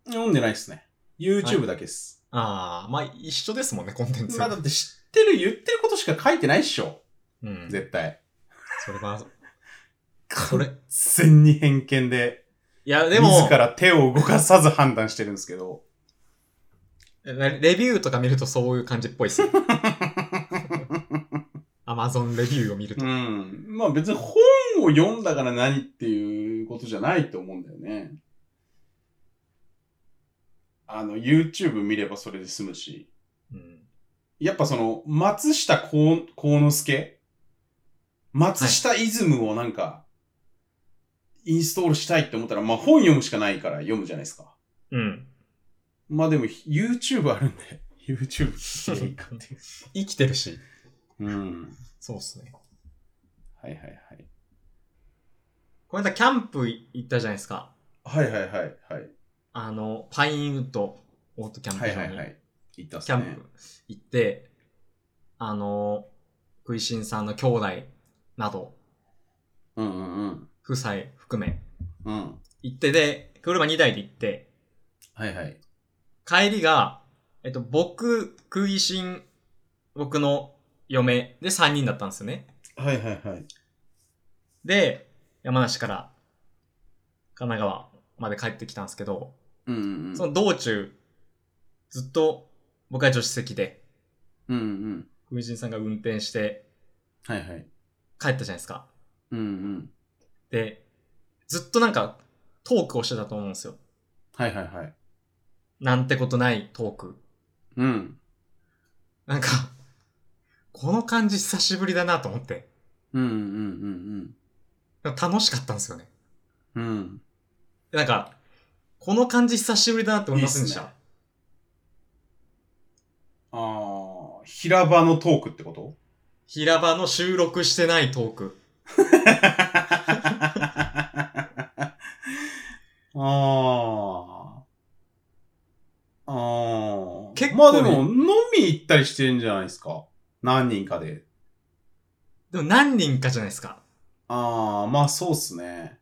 読んでないっすね。YouTube だけっす。
ああ、まあ一緒ですもんね、コンテンツ。
まあだって知ってる、言ってることしか書いてないっしょ。
うん。
絶対。
それ は、それ。
全に偏見で、
いや、でも
自、ら手を動かさず判断してるんですけど。
レレビューとか見るとそういう感じっぽいっす ね。アマゾンレビューを見る
う
と。
ん。まあ別に本を読んだから何っていうことじゃないと思うんだよね。あの、YouTube 見ればそれで済むし、
うん。
やっぱその、松下幸幸之助松下イズムをなんか、インストールしたいって思ったら、まあ本読むしかないから読むじゃないですか。
うん。
まあでも YouTube あるんで、YouTube 聞けばいいかっていう。
生きてるし。
うん。
そうっすね。
はいはいはい。
この間キャンプ行ったじゃないですか。
はいはいはいはい。
あの、パインウッドオートキャンプ
は
場
い
に。
はいはい。行ったっす
キャンプ行って、あの、食いしんさんの兄弟など、
うんうんうん。
夫妻含め、
うん。
行ってで、車2台で行って、
はいはい。
帰りが、えっと、僕、食いしん、僕の嫁で3人だったんですよね。
はいはいはい。
で、山梨から神奈川まで帰ってきたんですけど、
うんうんうん。
その道中、ずっと僕は助手席で、
うんうん。
食いしんさんが運転して
はいはい。
帰ったじゃないですか。
うんうん。
で、ずっとなんかトークをしてたと思うんですよ。
はいはいはい。
なんてことないトーク。
うん。
なんか、この感じ久しぶりだなと思って。
うんうんうん
楽しかったんですよね。
うん。うん。
なんか、この感じ久しぶりだなって思いませんでした。
いいっああ、平場のトークってこと
平場の収録してないトーク。
ああ。ああ。
結構
まあで
ね
も、飲み行ったりしてるんじゃないですか。何人かで。
でも何人かじゃないですか。
ああ、まあそうっすね。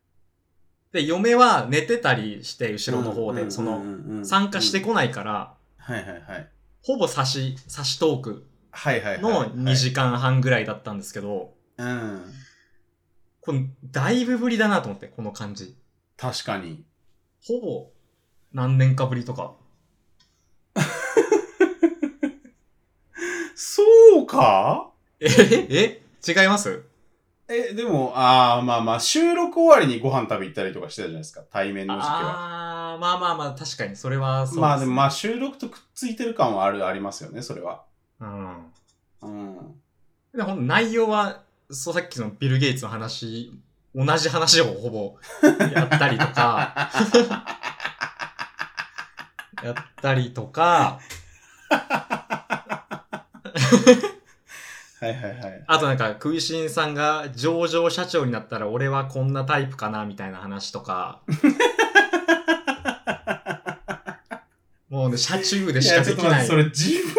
で、嫁は寝てたりして、後ろの方
うん
で、そ、
うん
の、
うんうん
参加してこないから、
はいはいはい。
ほぼ差し、差しトーク
はいはいはい。
の2時間半ぐらいだったんですけど、
うん。
これ、だいぶぶりだなと思って、この感じ。
確かに。
ほぼ何年かぶりとか。
そうか
ええ違います
え、でも、ああ、まあまあ、収録終わりにご飯食べ行ったりとかしてたじゃないですか。対面の時期は。
あー、まあまあまあ、確かに、それはそうです、ね。
まあでも、まあ収録とくっついてる感はある、ありますよね、それは。
うん。
うん。
で、ほんと内容は、そうさっきのビル・ゲイツの話、同じ話をほぼやったりと か、やったりとか、
はいはいはい。
あとなんか、食いしんさんが上場社長になったら俺はこんなタイプかな、みたいな話とか。もうね、車中で
い
し
や、
か
ち
で
ょっ
き
と
な
待って、
い。
それ自分で考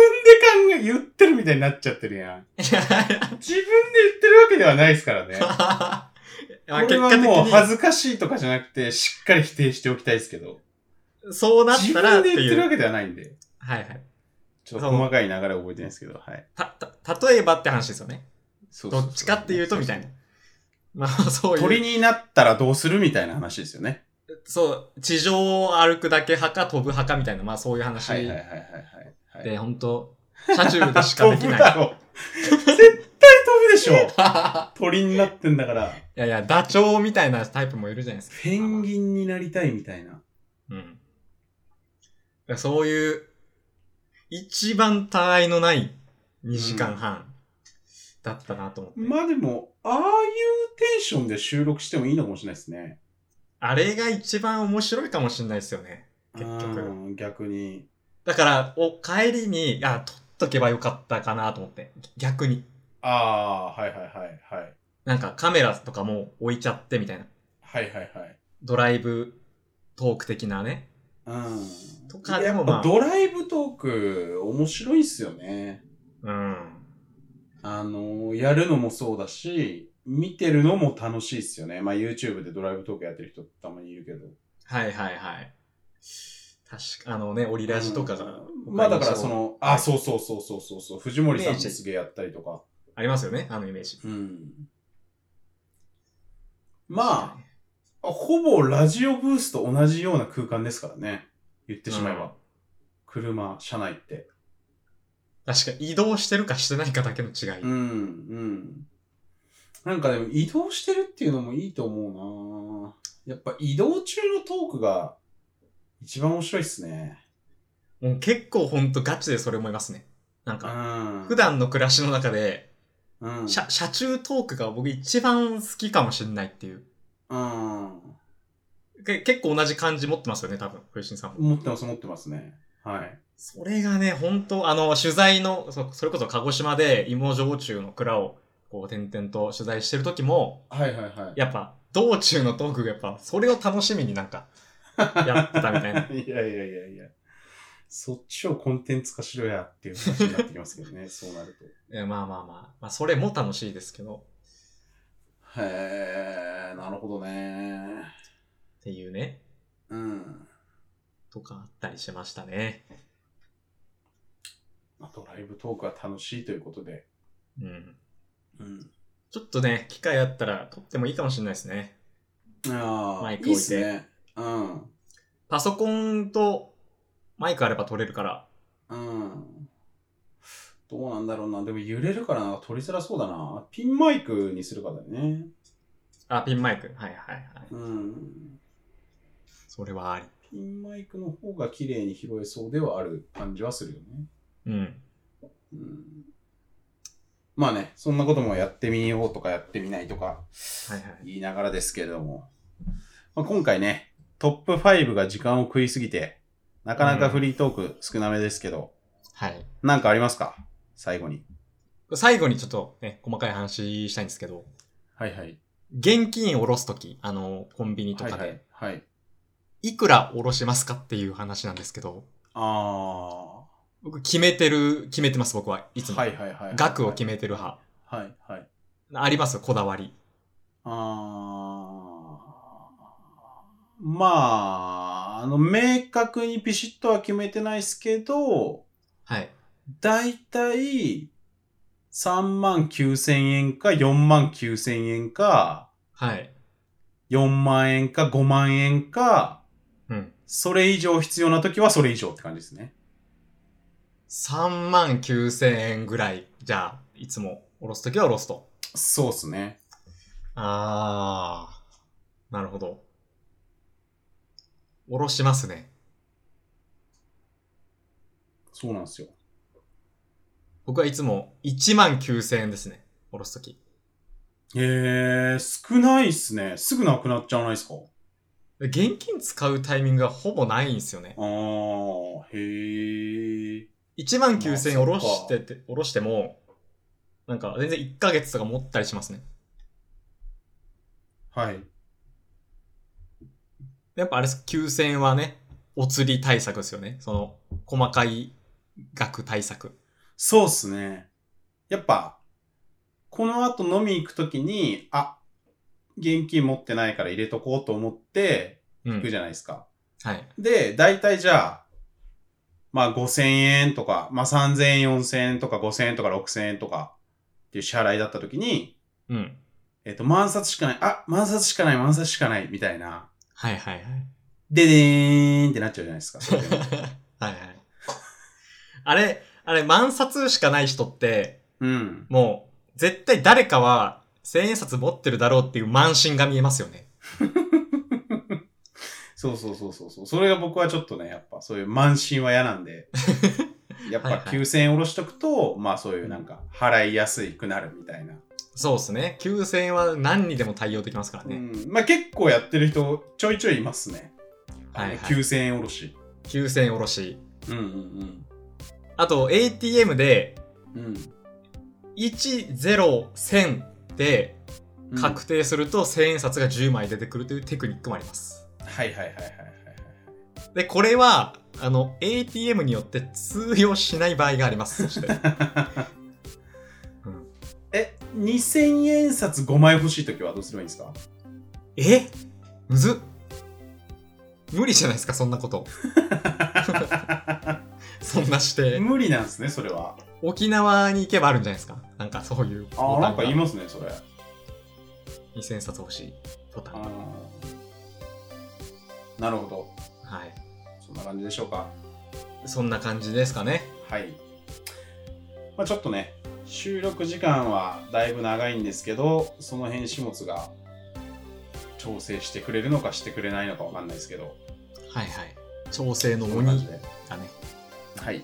え、言ってるみたいになっちゃってるやん。 自分で言ってるわけではないですからね。こ
結
れ
果
は
的
もう恥
に、
ずかしいとかじゃなくて、しっかり否定しておきたいですけど。
そうなっ
自
たらっ
分
て
で言っ
い
てるわ
う。
けではないんで。
はいはい。
ちょっと細かい流れ覚えてないですけど、はい。
た、た、例えばって話ですよね。
そうそう
ど
そう
っちかっていうとみたいな。。 まあそういう。
鳥になったらどうするみたいな話ですよね。
そう、地上を歩くだけ派か飛ぶ派かみたいな、まあそういう話
はいはいはい
で、
はいはい。はい、
本当車中でしか
飛
でき
ぶ
ない。
だ
い
ろ。絶対飛ぶでしょ。
や
鳥になってんだから。
いや、ダチョウみたいなタイプもいるじゃないですか。
ペンギンになりたいみたいな。
うん。だからそういう、一番たわいのない2時間半だったなと思って。
まあでも、ああいうテンションで収録してもいいのかもしれないですね。
あれが一番面白いかもしれないですよね。結局
うん。逆に。
だから、お帰りに、あ、撮っとけばよかったかなと思って。逆に。
ああー、はいはいはいはい。
なんかカメラとかも置いちゃってみたいな。
はいはいはい。
ドライブトーク的なね。
うん。
とかでもまあ
やっぱドライブトーク、面白いっすよね。
うん。
あのやるのもそうだし、見てるのも楽しいっすよね。まあ YouTube でドライブトークやってる人たまにいるけど。
はいはいはい。確か、あのね、オリラジとかが、
うんまあだからそ、の、あ、そうそうそうそうそうそう、藤森さんも
イメージ
すげえやったりとか。
ありますよね、あのイメージ。
うん。まあ、ほぼラジオブースと同じような空間ですからね。言ってしまえば。
うん
車、車内って。
あ、確かに移動してるかしてないかだけの違い。
うん、うん。なんかでも移動してるっていうのもいいと思うなやっぱ移動中のトークが一番面白いっすね。
もう結構ほんとガチでそれ思いますね。なんか、
ん
普段の暮らしの中で、
うん
車、車中トークが僕一番好きかもしれないっていう。
うん
け結構同じ感じ持ってますよね、多分、藤井さんも。
持ってます持ってますねはい
それがね、本当あの、取材の、そそれこそ鹿児島で芋焼酎の蔵を、こう、点々と取材してる時も、
はいはいはい
やっぱ、道中のトークがやっぱ、それを楽しみになんか、やってたみたいな。
いやいやいやいや。そっちをコンテンツ化しろやっていう話になってきますけど ね、そうなると。
えまあまあまあ、まあ、それも楽しいですけど、
へえ、なるほどね。
っていうね、
うん。
とかあったりしましたね。
あと、ライブトークは楽しいということで。
うん。
うん。
ちょっとね、機会あったら撮ってもいいかもしれないですね。
ああ、
マイク
いい
置
っ
いて
すね。うん。
パソコンとマイクあれば撮れるから、
うん。どうなんだろうな。でも揺れるからなんか取りづらそうだな。ピンマイクにするかだよね。
あ、ピンマイク。はいはいはい。
うん。
それはあり。
ピンマイクの方が綺麗に拾えそうではある感じはするよね。
うん。
うんまあね、そんなこともやってみようとかやってみないとか
はいはい。
言いながらですけれども、まあ、今回ね、トップ5が時間を食いすぎて、なかなかフリートーク少なめですけど、
はい。
なんかありますか最後に。
最後にちょっとね、細かい話したいんですけど、
はいはい。
現金下ろすとき、あの、コンビニと
はい
か
は
で
い、。はい。
いくら下ろしますかっていう話なんですけど、
あ
僕決めてる、決めてます、僕はいつ
ー。
も。
はいはいはい。
額を決
め
めてる派。
はいはい。
ありますこだわり。
あー。まあ、あの、明確にピシッとは決めてないですけど、
はい。
だいたい3万9千円か4万9千円か
はい。
4万円か5万円か
うん。
それ以上必要な時はそれ以上って感じですね。
3万9千円ぐらい、じゃあ、いつも下ろすときは下ろすと。
そうっすね。
あー。なるほど。下ろしますね。
そうなんですよ。
僕はいつも1万9千円ですね。下ろすとき。
へえ、少ないっすね。すぐなくなっちゃわないですか
現金使うタイミングがほぼないんですよね
あ。ー、へえ。
1万9000円下ろし
ま
てて、下ろしても、なんか全然1ヶ月とか持ったりしますね。
はい。
やっぱあれです、9000円はね、お釣り対策ですよね。その、細かい額対策。
そうっすね。やっぱ、この後飲み行くときに、あ、現金持ってないから入れとこうと思って
う
行く
ん。
じゃないですか。
はい。
で、大体じゃあ、まあ5000円とか、まあ3000円、4000円とか5000円とか6000円とかっていう支払いだった時に、
うん。
えっ、と、万札しかない、あ、万札しかない、万札しかない、みたいな、
はいはいはい。
ででーんってなっちゃうじゃないですか。それでも
はいはい。あれ、あれ、万冊しかない人って、
うん。
もう、絶対誰かは、千円札持ってるだろうっていう慢心が見えますよね。
そうそうそうそうそう。それが僕はちょっとね、やっぱそういう慢心は嫌なん で、やっ
はい
ぱ
はい
9000円下ろしとくと、まあそういうなんか払いやすくなるみたいな。
そうですね。9000円は何にでも対応できますからね。
うん。まあ結構やってる人ちょいちょいいますね。
はいはい
あの9000円下ろし。
9000円おろし。
うんうん
あと、ATM で、
うん。うん。
10100で確定すると千円札が10枚出てくるというテクニックもあります。
はいはいはいはいはい
で、これは、あの、ATM によって通用しない場合があります。そして。
はい。
うん
え、2000円札5枚欲しいときはどうすればいいんですか
えむずっ無理じゃないですか、そんなこと。 そんなして。
無理なんですね、それは。
沖縄に行けばあるんじゃないですか。なんかそういうボタン
あ
が。
あ、なんか言いますね、それ。
2000冊欲しいボタンが。
あーなるほど。
はい。
そんな感じでしょうか。
そんな感じですかね。
はい。まあ、ちょっとね、収録時間はだいぶ長いんですけど、その辺、始末が調整してくれるのかしてくれないのかわかんないですけど、
はいはい。調整の
こんな感じ
鬼
で
がね。
はい。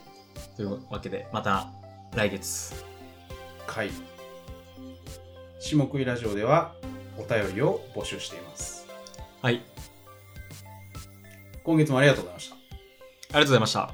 というわけで、また来月。
はい。下食いラジオではお便りを募集しています。
はい。あり
今月もありがとうございました。
がとうございました。